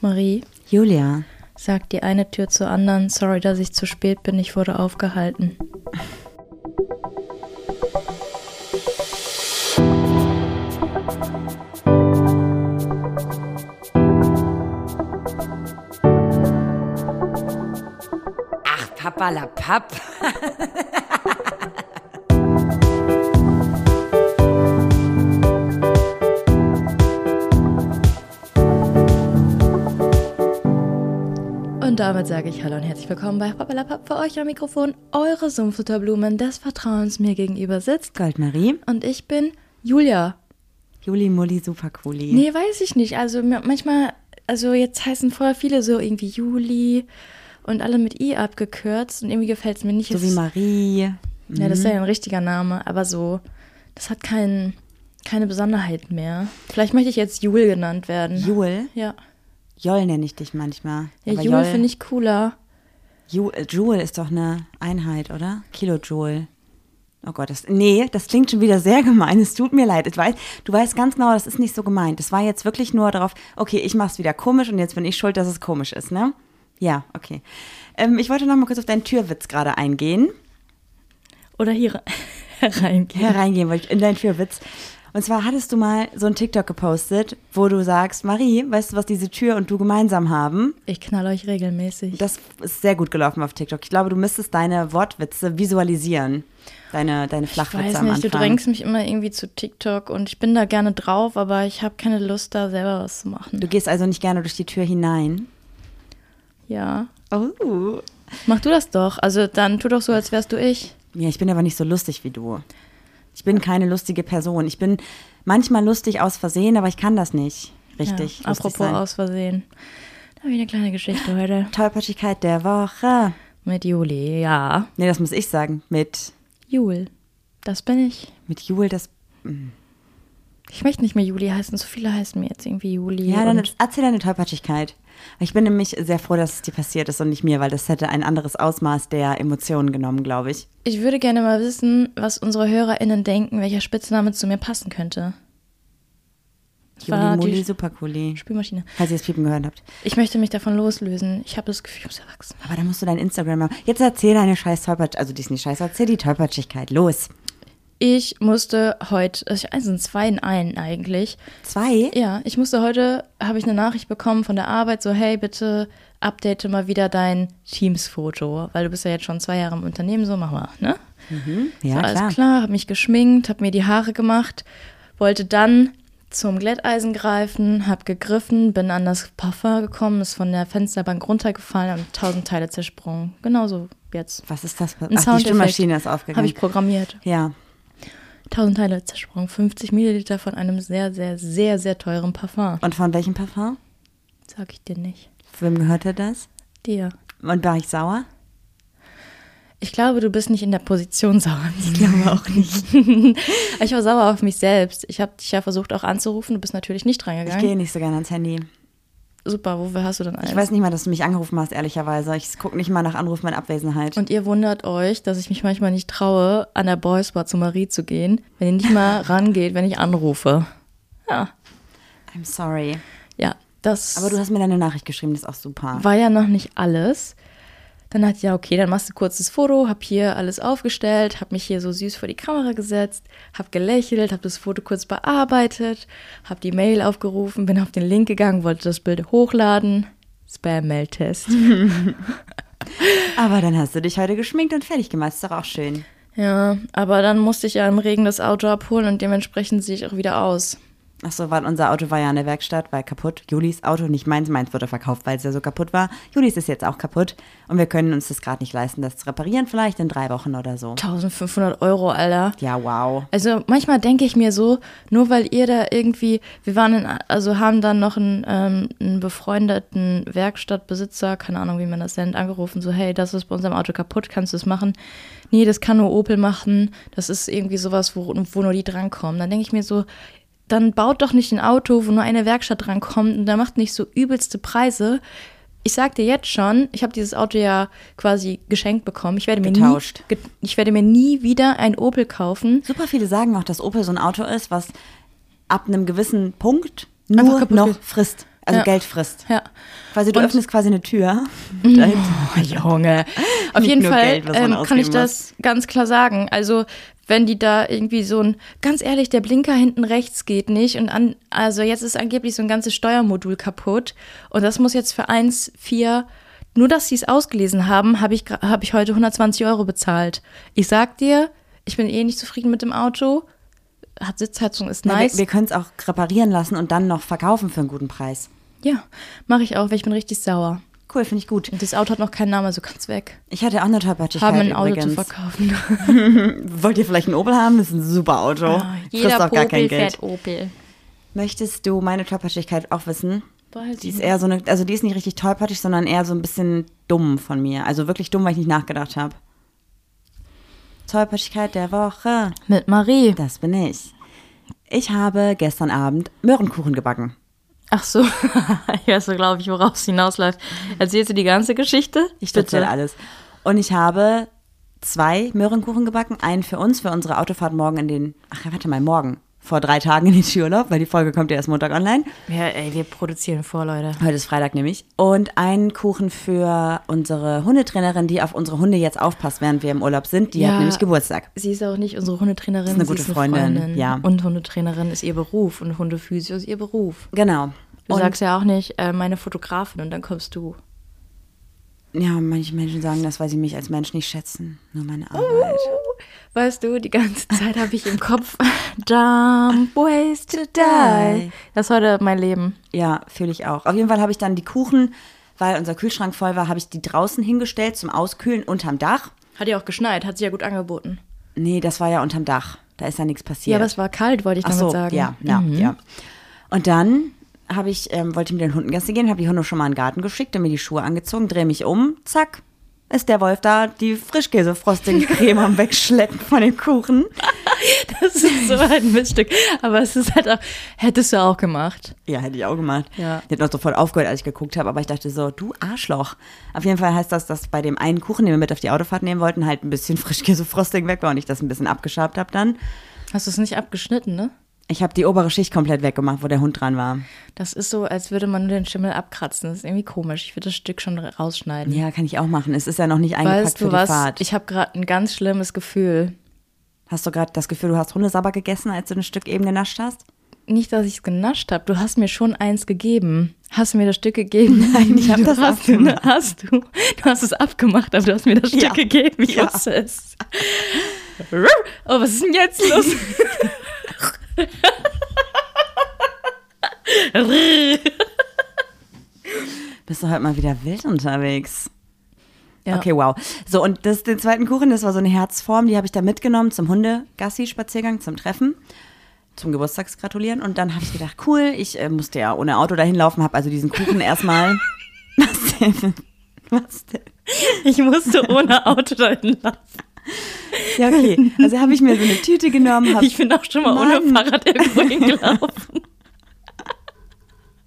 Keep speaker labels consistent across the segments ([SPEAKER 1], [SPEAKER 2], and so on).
[SPEAKER 1] Marie,
[SPEAKER 2] Julia,
[SPEAKER 1] sagt die eine Tür zur anderen, sorry, dass ich zu spät bin, ich wurde aufgehalten.
[SPEAKER 3] Ach, Papalapap.
[SPEAKER 1] Und damit sage ich Hallo und herzlich willkommen bei Papalapap für euch am Mikrofon, eure Sumpfutterblumen des Vertrauens mir gegenüber sitzt.
[SPEAKER 2] Goldmarie,
[SPEAKER 1] Und ich bin Julia.
[SPEAKER 2] Juli Mulli Supercoolie.
[SPEAKER 1] Nee, weiß ich nicht. Also ma- manchmal, also jetzt heißen vorher viele so irgendwie Juli und alle mit I abgekürzt und irgendwie gefällt es mir nicht.
[SPEAKER 2] so
[SPEAKER 1] Es
[SPEAKER 2] wie Mhm.
[SPEAKER 1] ist-
[SPEAKER 2] Marie.
[SPEAKER 1] Ja, das ist ja ein richtiger Name, aber so, das hat keinen, keine Besonderheit mehr. Vielleicht möchte ich jetzt Jul genannt werden.
[SPEAKER 2] Jul,
[SPEAKER 1] Ja.
[SPEAKER 2] Jol nenne ich dich manchmal.
[SPEAKER 1] Ja,
[SPEAKER 2] Aber
[SPEAKER 1] Jul finde ich cooler.
[SPEAKER 2] Ju, äh, Joule ist doch eine Einheit, oder? Kilojoule. Oh Gott, das, nee, das klingt schon wieder sehr gemein. Es tut mir leid. Ich weiß, du weißt ganz genau, das ist nicht so gemeint. Das war jetzt wirklich nur darauf, okay, ich mach's wieder komisch und jetzt bin ich schuld, dass es komisch ist, ne? Ja, okay. Ähm, ich wollte noch mal kurz auf deinen Türwitz gerade eingehen.
[SPEAKER 1] Oder hier hereingehen.
[SPEAKER 2] hereingehen wollte ich in deinen Türwitz. Und zwar hattest du mal so ein TikTok gepostet, wo du sagst, Marie, weißt du, was diese Tür und du gemeinsam haben?
[SPEAKER 1] Ich knall euch regelmäßig.
[SPEAKER 2] Das ist sehr gut gelaufen auf TikTok. Ich glaube, du müsstest deine Wortwitze visualisieren. Deine, deine
[SPEAKER 1] Ich
[SPEAKER 2] Flachwitze
[SPEAKER 1] weiß
[SPEAKER 2] am
[SPEAKER 1] nicht, du
[SPEAKER 2] Anfang.
[SPEAKER 1] drängst mich immer irgendwie zu TikTok und ich bin da gerne drauf, aber ich habe keine Lust, da selber was zu machen.
[SPEAKER 2] du gehst also nicht gerne durch die Tür hinein.
[SPEAKER 1] Ja.
[SPEAKER 2] Oh.
[SPEAKER 1] Mach du das doch. Also dann tu doch so, als wärst du ich.
[SPEAKER 2] Ja, ich bin aber nicht so lustig wie du. Ich bin keine lustige Person. Ich bin manchmal lustig aus Versehen, aber ich kann das nicht. Richtig.
[SPEAKER 1] Ja,
[SPEAKER 2] lustig
[SPEAKER 1] apropos
[SPEAKER 2] sein.
[SPEAKER 1] aus Versehen. Da habe ich eine kleine Geschichte heute.
[SPEAKER 2] Tollpatschigkeit der Woche.
[SPEAKER 1] Mit Juli, ja.
[SPEAKER 2] Nee, das muss ich sagen. Mit
[SPEAKER 1] Jul. Das bin ich.
[SPEAKER 2] Mit Jule, das.
[SPEAKER 1] Ich möchte nicht mehr Juli heißen. So viele heißen mir jetzt irgendwie Juli.
[SPEAKER 2] Ja, dann
[SPEAKER 1] und
[SPEAKER 2] erzähl deine Tollpatschigkeit. Ich bin nämlich sehr froh, dass es dir passiert ist und nicht mir, weil das hätte ein anderes Ausmaß der Emotionen genommen, glaube ich.
[SPEAKER 1] ich würde gerne mal wissen, was unsere HörerInnen denken, welcher Spitzname zu mir passen könnte. Das
[SPEAKER 2] Juli
[SPEAKER 1] war
[SPEAKER 2] Muli,
[SPEAKER 1] die
[SPEAKER 2] Supercoolie.
[SPEAKER 1] Spülmaschine.
[SPEAKER 2] Falls ihr das Piepen gehört habt.
[SPEAKER 1] Ich möchte mich davon loslösen. Ich habe das Gefühl, ich muss erwachsen.
[SPEAKER 2] Aber dann musst du dein Instagram haben. Jetzt erzähl deine scheiß Tollpatschigkeit. Also, die ist nicht scheiß, erzähl die Tollpatschigkeit. Los.
[SPEAKER 1] Ich musste heute, also es sind zwei in einen eigentlich.
[SPEAKER 2] Zwei?
[SPEAKER 1] Ja, ich musste heute, habe ich eine Nachricht bekommen von der Arbeit, so hey, bitte update mal wieder dein Teams-Foto, weil du bist ja jetzt schon zwei Jahre im Unternehmen, so mach mal, ne?
[SPEAKER 2] Ja,
[SPEAKER 1] so,
[SPEAKER 2] klar.
[SPEAKER 1] alles klar, habe mich geschminkt, habe mir die Haare gemacht, wollte dann zum Glätteisen greifen, habe gegriffen, bin an das Parfum gekommen, ist von der Fensterbank runtergefallen und tausend Teile zersprungen. Genauso jetzt.
[SPEAKER 2] Was ist das?
[SPEAKER 1] Ein
[SPEAKER 2] Ach, die Stimmmaschine ist
[SPEAKER 1] Habe
[SPEAKER 2] aufgegangen.
[SPEAKER 1] ich programmiert.
[SPEAKER 2] ja.
[SPEAKER 1] 1000 Teile zersprungen, 50 Milliliter von einem sehr, sehr, sehr, sehr teuren Parfum.
[SPEAKER 2] Und von welchem Parfum?
[SPEAKER 1] Sag ich dir nicht.
[SPEAKER 2] Wem gehörte das?
[SPEAKER 1] Dir.
[SPEAKER 2] Und war ich sauer?
[SPEAKER 1] Ich glaube, du bist nicht in der Position sauer. Ich glaube auch nicht. ich war sauer auf mich selbst. Ich habe dich ja versucht auch anzurufen. Du bist natürlich nicht
[SPEAKER 2] Ich
[SPEAKER 1] reingegangen.
[SPEAKER 2] gehe nicht so gerne ans Handy.
[SPEAKER 1] Super, wofür hast du denn eins?
[SPEAKER 2] Ich weiß nicht mal, dass du mich angerufen hast, ehrlicherweise. Ich gucke nicht mal nach Anrufen in Abwesenheit.
[SPEAKER 1] Und ihr wundert euch, dass ich mich manchmal nicht traue, an der Boys Bar zu Marie zu gehen, wenn ihr nicht mal rangeht, wenn ich anrufe. Ja,
[SPEAKER 2] I'm sorry.
[SPEAKER 1] ja, das
[SPEAKER 2] Aber du hast mir deine Nachricht geschrieben, das ist auch super.
[SPEAKER 1] war ja noch nicht alles. Dann hat ja, okay, dann machst du kurz das Foto, hab hier alles aufgestellt, hab mich hier so süß vor die Kamera gesetzt, hab gelächelt, hab das Foto kurz bearbeitet, hab die Mail aufgerufen, bin auf den Link gegangen, wollte das Bild hochladen. Spam-Mail-Test.
[SPEAKER 2] Aber dann hast du dich heute geschminkt und fertig gemacht. Ist doch auch schön.
[SPEAKER 1] Ja, aber dann musste ich ja im Regen das Auto abholen und dementsprechend sehe ich auch wieder aus.
[SPEAKER 2] Achso, weil unser Auto war ja in der Werkstatt, weil kaputt. Julis Auto, nicht meins, meins wurde verkauft, weil es ja so kaputt war. Julis ist jetzt auch kaputt und wir können uns das gerade nicht leisten, das zu reparieren, vielleicht in drei Wochen oder so.
[SPEAKER 1] 1500 Euro, Alter.
[SPEAKER 2] Ja, wow.
[SPEAKER 1] Also manchmal denke ich mir so, nur weil ihr da irgendwie, wir waren in, also haben dann noch einen, ähm, einen befreundeten Werkstattbesitzer, keine Ahnung, wie man das nennt, angerufen, so hey, das ist bei unserem Auto kaputt, kannst du es machen? Nee, das kann nur Opel machen, das ist irgendwie sowas, wo, wo nur die drankommen. Dann denke ich mir so, dann baut doch nicht ein Auto, wo nur eine Werkstatt drankommt und da macht nicht so übelste Preise. Ich sag dir jetzt schon, ich habe dieses Auto ja quasi geschenkt bekommen. Ich werde mir, nie,
[SPEAKER 2] Getauscht.
[SPEAKER 1] ge- ich werde mir nie wieder ein Opel kaufen.
[SPEAKER 2] Super viele sagen auch, dass Opel so ein Auto ist, was ab einem gewissen Punkt nur
[SPEAKER 1] Einfach kaputt
[SPEAKER 2] noch
[SPEAKER 1] geht.
[SPEAKER 2] frisst. Also
[SPEAKER 1] Ja.
[SPEAKER 2] Geld frisst.
[SPEAKER 1] Ja.
[SPEAKER 2] Quasi, du
[SPEAKER 1] Und-
[SPEAKER 2] öffnest quasi eine Tür. Dahinter-
[SPEAKER 1] Oh, Junge. Auf
[SPEAKER 2] Nicht
[SPEAKER 1] jeden
[SPEAKER 2] nur
[SPEAKER 1] Fall
[SPEAKER 2] Geld, was man
[SPEAKER 1] ähm, kann ich
[SPEAKER 2] ausgeben
[SPEAKER 1] das ganz klar sagen. Also, wenn die da irgendwie so ein, ganz ehrlich, der Blinker hinten rechts geht nicht und an, also jetzt ist angeblich so ein ganzes Steuermodul kaputt und das muss jetzt für 1,4, nur dass sie es ausgelesen haben, habe ich, gra- hab ich heute 120 Euro bezahlt. Ich sag dir, ich bin eh nicht zufrieden mit dem Auto, hat Sitzheizung, ist
[SPEAKER 2] Na,
[SPEAKER 1] nice.
[SPEAKER 2] Wir, wir können es auch reparieren lassen und dann noch verkaufen für einen guten Preis.
[SPEAKER 1] ja, mache ich auch, weil ich bin richtig sauer.
[SPEAKER 2] Cool, finde ich gut.
[SPEAKER 1] Und dieses Auto hat noch keinen Namen, also kann's weg.
[SPEAKER 2] Ich hatte auch eine Tollpatschigkeit
[SPEAKER 1] Haben ein Auto
[SPEAKER 2] übrigens.
[SPEAKER 1] zu verkaufen.
[SPEAKER 2] Wollt ihr vielleicht einen Opel haben? Das ist ein super Auto.
[SPEAKER 1] Ah,
[SPEAKER 2] Frisst auch gar kein Geld.
[SPEAKER 1] Opel.
[SPEAKER 2] Möchtest du meine Tollpatschigkeit auch wissen?
[SPEAKER 1] Weiß
[SPEAKER 2] Die
[SPEAKER 1] ich
[SPEAKER 2] ist
[SPEAKER 1] nicht.
[SPEAKER 2] eher so eine, also die ist nicht richtig tollpatschig, sondern eher so ein bisschen dumm von mir. Also wirklich dumm, weil ich nicht nachgedacht habe. Tollpatschigkeit der Woche.
[SPEAKER 1] Mit Marie.
[SPEAKER 2] Das bin ich. Ich habe gestern Abend Möhrenkuchen gebacken.
[SPEAKER 1] Ach so. ich weiß so, glaube ich, worauf es hinausläuft. Erzählst du die ganze Geschichte?
[SPEAKER 2] Ich erzähle alles. Und ich habe zwei Möhrenkuchen gebacken. Einen für uns, für unsere Autofahrt morgen in den, ach ja, warte mal, morgen. Vor drei Tagen in den Skiurlaub, weil die Folge kommt ja erst Montag online.
[SPEAKER 1] Ja, ey, wir produzieren vor, Leute.
[SPEAKER 2] Heute ist Freitag nämlich. Und einen Kuchen für unsere Hundetrainerin, die auf unsere Hunde jetzt aufpasst, während wir im Urlaub sind. Die
[SPEAKER 1] Ja.
[SPEAKER 2] hat nämlich Geburtstag.
[SPEAKER 1] Sie ist auch nicht unsere Hundetrainerin.
[SPEAKER 2] Ist eine
[SPEAKER 1] sie
[SPEAKER 2] gute
[SPEAKER 1] ist eine
[SPEAKER 2] Freundin,
[SPEAKER 1] Freundin.
[SPEAKER 2] ja.
[SPEAKER 1] Und Hundetrainerin ist ihr Beruf und Hundephysio ist ihr Beruf.
[SPEAKER 2] Genau.
[SPEAKER 1] Du
[SPEAKER 2] Und-
[SPEAKER 1] sagst ja auch nicht, äh, meine Fotografin und dann kommst du.
[SPEAKER 2] ja, manche Menschen sagen das, weil sie mich als Mensch nicht schätzen. Nur meine Arbeit.
[SPEAKER 1] Weißt du, die ganze Zeit habe ich im Kopf Dumb Ways to Die. Das ist heute mein Leben.
[SPEAKER 2] Ja, fühle ich auch. Auf jeden Fall habe ich dann die Kuchen, weil unser Kühlschrank voll war, habe ich die draußen hingestellt zum Auskühlen unterm Dach.
[SPEAKER 1] Hat ja auch geschneit, hat sie ja gut angeboten.
[SPEAKER 2] Nee, das war ja unterm Dach. Da ist ja nichts passiert.
[SPEAKER 1] Ja, aber es war kalt, wollte ich
[SPEAKER 2] Ach
[SPEAKER 1] damit
[SPEAKER 2] so,
[SPEAKER 1] sagen. Mhm.
[SPEAKER 2] ja, ja, ja. Und dann habe ich, ähm, wollte ich mit den Hunden Gassi gehen, habe die Hunde schon mal in den Garten geschickt, habe mir die Schuhe angezogen, drehe mich um, zack, ist der Wolf da, die frischkäsefrostige Creme am Wegschlecken von dem Kuchen.
[SPEAKER 1] Das ist so ein Miststück. Aber es ist halt auch, hättest du auch gemacht.
[SPEAKER 2] Ja, hätte ich auch gemacht.
[SPEAKER 1] Ja.
[SPEAKER 2] Die hat noch sofort aufgehört, als ich geguckt habe, aber ich dachte so, du Arschloch. Auf jeden Fall heißt das, dass bei dem einen Kuchen, den wir mit auf die Autofahrt nehmen wollten, halt ein bisschen Frischkäsefrosting weg war und ich das ein bisschen abgeschabt habe dann.
[SPEAKER 1] Hast du es nicht abgeschnitten, ne?
[SPEAKER 2] Ich habe die obere Schicht komplett weggemacht, wo der Hund dran war.
[SPEAKER 1] Das ist so, als würde man nur den Schimmel abkratzen. Das ist irgendwie komisch. Ich würde das Stück schon rausschneiden.
[SPEAKER 2] Ja, kann ich auch machen. Es ist ja noch nicht eingepackt
[SPEAKER 1] weißt
[SPEAKER 2] für
[SPEAKER 1] du
[SPEAKER 2] die
[SPEAKER 1] was?
[SPEAKER 2] Fahrt.
[SPEAKER 1] Ich habe gerade ein ganz schlimmes Gefühl.
[SPEAKER 2] Hast du gerade das Gefühl, du hast Hundesabber gegessen, als du ein Stück eben genascht hast?
[SPEAKER 1] Nicht, dass ich es genascht habe. Du hast mir schon eins gegeben. Hast du mir das Stück gegeben? Nein,
[SPEAKER 2] ich hab das
[SPEAKER 1] hast du, ne? hast du. Du hast es abgemacht, aber du hast mir das Stück
[SPEAKER 2] Ja.
[SPEAKER 1] gegeben. Ich
[SPEAKER 2] Ja.
[SPEAKER 1] wusste es. Oh, was ist denn jetzt los?
[SPEAKER 2] Bist du heute mal wieder wild unterwegs?
[SPEAKER 1] Ja.
[SPEAKER 2] Okay, wow. So, und das, den zweiten Kuchen, das war so eine Herzform, die habe ich da mitgenommen zum Hundegassi-Spaziergang, zum Treffen, zum Geburtstagsgratulieren. Und dann habe ich gedacht, cool, ich äh, musste ja ohne Auto dahin laufen, habe also diesen Kuchen erstmal. Was denn? Was denn?
[SPEAKER 1] Ich musste ohne Auto dahin laufen.
[SPEAKER 2] Ja, okay. Also habe ich mir so eine Tüte genommen, habe
[SPEAKER 1] Ich bin auch schon mal ohne
[SPEAKER 2] Mann.
[SPEAKER 1] Fahrrad irgendwo hingelaufen.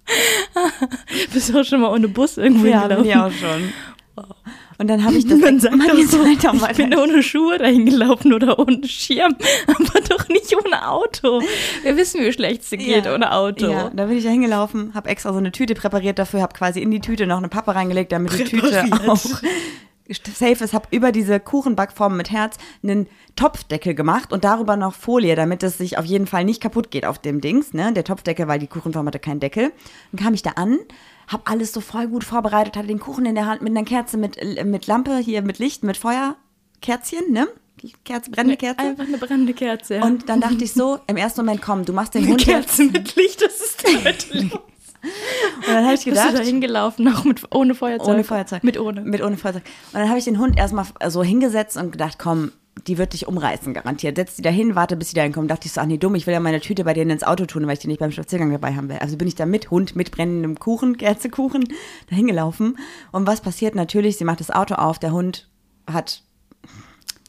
[SPEAKER 1] Bist du auch schon mal ohne Bus irgendwo
[SPEAKER 2] ja, bin
[SPEAKER 1] hingelaufen?
[SPEAKER 2] ich auch schon. Und dann habe ich das.
[SPEAKER 1] Man sagt
[SPEAKER 2] Mann,
[SPEAKER 1] doch
[SPEAKER 2] jetzt
[SPEAKER 1] so,
[SPEAKER 2] weiter,
[SPEAKER 1] ich
[SPEAKER 2] weiter.
[SPEAKER 1] bin ohne Schuhe dahin gelaufen oder ohne Schirm, aber doch nicht ohne Auto. Wir wissen, wie schlecht es dir geht
[SPEAKER 2] Ja.
[SPEAKER 1] ohne Auto.
[SPEAKER 2] Ja, da bin ich ja hingelaufen, habe extra so eine Tüte präpariert dafür, habe quasi in die Tüte noch eine Pappe reingelegt, damit die Tüte
[SPEAKER 1] Präpariert.
[SPEAKER 2] auch safe ist. Habe über diese Kuchenbackform mit Herz einen Topfdeckel gemacht und darüber noch Folie, damit es sich auf jeden Fall nicht kaputt geht auf dem Dings, ne? Der Topfdeckel, weil die Kuchenform hatte keinen Deckel. Dann kam ich da an, habe alles so voll gut vorbereitet, hatte den Kuchen in der Hand mit einer Kerze, mit, äh, mit Lampe hier, mit Licht, mit Feuer, Kerzchen, ne? Kerze, brennende Kerze.
[SPEAKER 1] Einfach eine brennende Kerze. ja.
[SPEAKER 2] Und dann dachte ich so, im ersten Moment, komm, du machst den
[SPEAKER 1] eine
[SPEAKER 2] Hund jetzt-
[SPEAKER 1] Kerze mit Licht, das ist deutlich.
[SPEAKER 2] Und dann habe ich
[SPEAKER 1] Bist du
[SPEAKER 2] gedacht,
[SPEAKER 1] da hingelaufen, auch mit, ohne Feuerzeug?
[SPEAKER 2] Ohne Feuerzeug.
[SPEAKER 1] Mit ohne.
[SPEAKER 2] Mit ohne Feuerzeug. Und dann habe ich den Hund erstmal so hingesetzt und gedacht, komm, die wird dich umreißen, garantiert. Setz die da hin, warte, bis die da hinkommen. Dachte ich so, ach nee, dumm, ich will ja meine Tüte bei denen ins Auto tun, weil ich die nicht beim Spaziergang dabei haben will. Also bin ich da mit Hund, mit brennendem Kuchen, Kerzekuchen, dahin gelaufen. Und was passiert natürlich? Sie macht das Auto auf, der Hund hat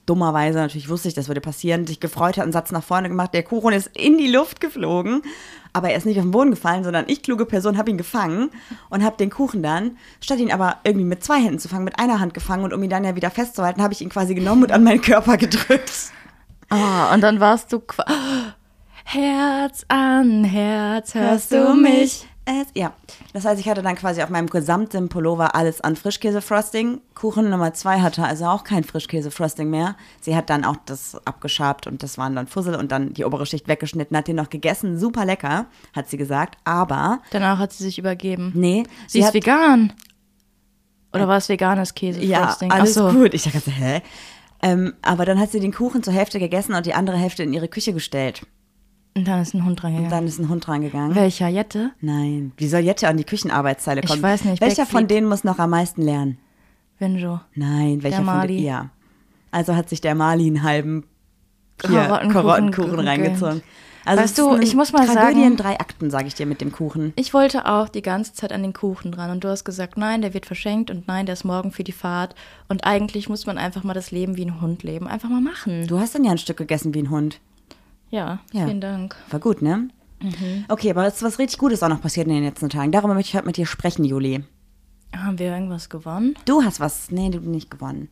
[SPEAKER 2] dummerweise, natürlich wusste ich, das würde passieren, sich gefreut hat, einen Satz nach vorne gemacht. Der Kuchen ist in die Luft geflogen, aber er ist nicht auf den Boden gefallen, sondern ich, kluge Person, habe ihn gefangen und habe den Kuchen dann, statt ihn aber irgendwie mit zwei Händen zu fangen, mit einer Hand gefangen und um ihn dann ja wieder festzuhalten, habe ich ihn quasi genommen und an meinen Körper gedrückt.
[SPEAKER 1] Ah, und dann warst du qua- Herz an Herz, hörst du mich?
[SPEAKER 2] es. Ja. Das heißt, ich hatte dann quasi auf meinem gesamten Pullover alles an Frischkäse-Frosting. Kuchen Nummer zwei hatte also auch kein Frischkäse-Frosting mehr. Sie hat dann auch das abgeschabt und das waren dann Fussel und dann die obere Schicht weggeschnitten, hat den noch gegessen. Super lecker, hat sie gesagt. Aber,
[SPEAKER 1] Danach hat sie sich übergeben.
[SPEAKER 2] nee.
[SPEAKER 1] Sie, ist
[SPEAKER 2] hat,
[SPEAKER 1] vegan. Oder war es veganes Käse?
[SPEAKER 2] Ja,
[SPEAKER 1] Frosting?
[SPEAKER 2] alles
[SPEAKER 1] Ach so.
[SPEAKER 2] gut. Ich dachte, hä? Ähm, aber dann hat sie den Kuchen zur Hälfte gegessen und die andere Hälfte in ihre Küche gestellt.
[SPEAKER 1] Und dann ist ein Hund reingegangen.
[SPEAKER 2] Dann ist ein Hund rangegangen.
[SPEAKER 1] Welcher? Jette?
[SPEAKER 2] Nein. Wie soll Jette an die Küchenarbeitszeile
[SPEAKER 1] Ich
[SPEAKER 2] kommen?
[SPEAKER 1] weiß nicht,
[SPEAKER 2] Welcher von
[SPEAKER 1] Backflip.
[SPEAKER 2] denen muss noch am meisten lernen?
[SPEAKER 1] Benjo.
[SPEAKER 2] Nein, welcher von
[SPEAKER 1] Mali.
[SPEAKER 2] den? Ja. Also hat sich der Mali einen halben hier,
[SPEAKER 1] Karottenkuchen
[SPEAKER 2] Karottenkuchen
[SPEAKER 1] gegönnt.
[SPEAKER 2] reingezogen. Also
[SPEAKER 1] Weißt
[SPEAKER 2] es ist
[SPEAKER 1] du,
[SPEAKER 2] ein
[SPEAKER 1] ich muss mal
[SPEAKER 2] Tragödien
[SPEAKER 1] sagen-
[SPEAKER 2] drei Akten, sage ich dir, mit dem Kuchen.
[SPEAKER 1] Ich wollte auch die ganze Zeit an den Kuchen dran und du hast gesagt, nein, der wird verschenkt und nein, der ist morgen für die Fahrt. Und eigentlich muss man einfach mal das Leben wie ein Hund leben. Einfach mal machen.
[SPEAKER 2] Du hast dann ja ein Stück gegessen wie ein Hund.
[SPEAKER 1] ja,
[SPEAKER 2] Ja.
[SPEAKER 1] vielen Dank.
[SPEAKER 2] War gut, ne?
[SPEAKER 1] Mhm.
[SPEAKER 2] Okay, aber es ist was richtig Gutes auch noch passiert in den letzten Tagen. Darüber möchte ich heute mit dir sprechen, Juli.
[SPEAKER 1] Haben wir irgendwas gewonnen?
[SPEAKER 2] Du hast was. Nee, du nicht gewonnen.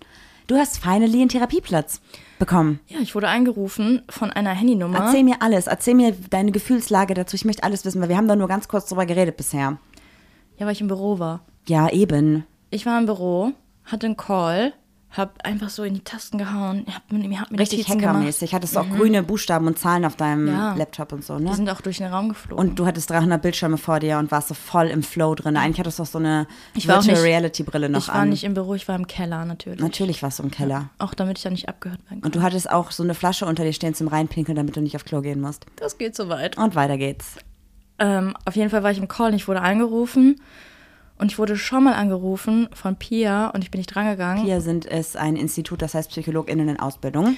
[SPEAKER 2] Du hast finally einen Therapieplatz bekommen.
[SPEAKER 1] Ja, ich wurde angerufen von einer Handynummer.
[SPEAKER 2] Erzähl mir alles. Erzähl mir deine Gefühlslage dazu. Ich möchte alles wissen, weil wir haben da nur ganz kurz drüber geredet bisher.
[SPEAKER 1] Ja, weil ich im Büro war.
[SPEAKER 2] Ja, eben.
[SPEAKER 1] Ich war im Büro, hatte einen Call, hab einfach so in die Tasten gehauen. Ich hab, mir- mir hat mir
[SPEAKER 2] Richtig
[SPEAKER 1] Notizen gemacht.
[SPEAKER 2] hackermäßig. ne? Hattest du auch grüne Buchstaben und Zahlen auf deinem
[SPEAKER 1] Mhm. Ja.
[SPEAKER 2] Laptop und so,
[SPEAKER 1] Die
[SPEAKER 2] ne?
[SPEAKER 1] sind auch durch den Raum geflogen.
[SPEAKER 2] Und du hattest 300 Bildschirme vor dir und warst so voll im Flow drin. Eigentlich hattest du auch so eine
[SPEAKER 1] Ich war auch
[SPEAKER 2] Virtual
[SPEAKER 1] nicht-
[SPEAKER 2] Reality Brille noch
[SPEAKER 1] ich war
[SPEAKER 2] an.
[SPEAKER 1] nicht im Büro, ich war im Keller natürlich.
[SPEAKER 2] Natürlich warst du im Keller.
[SPEAKER 1] Auch damit ich da nicht abgehört werden kann.
[SPEAKER 2] Und du hattest auch so eine Flasche unter dir stehen zum Reinpinkeln, damit du nicht auf Klo gehen musst.
[SPEAKER 1] Das geht so weit.
[SPEAKER 2] Und weiter geht's.
[SPEAKER 1] Ähm, auf jeden Fall war ich im Call und ich wurde angerufen. Und ich wurde schon mal angerufen von Pia und ich bin nicht drangegangen.
[SPEAKER 2] Hier sind es ein Institut, das heißt PsychologInnen in Ausbildung.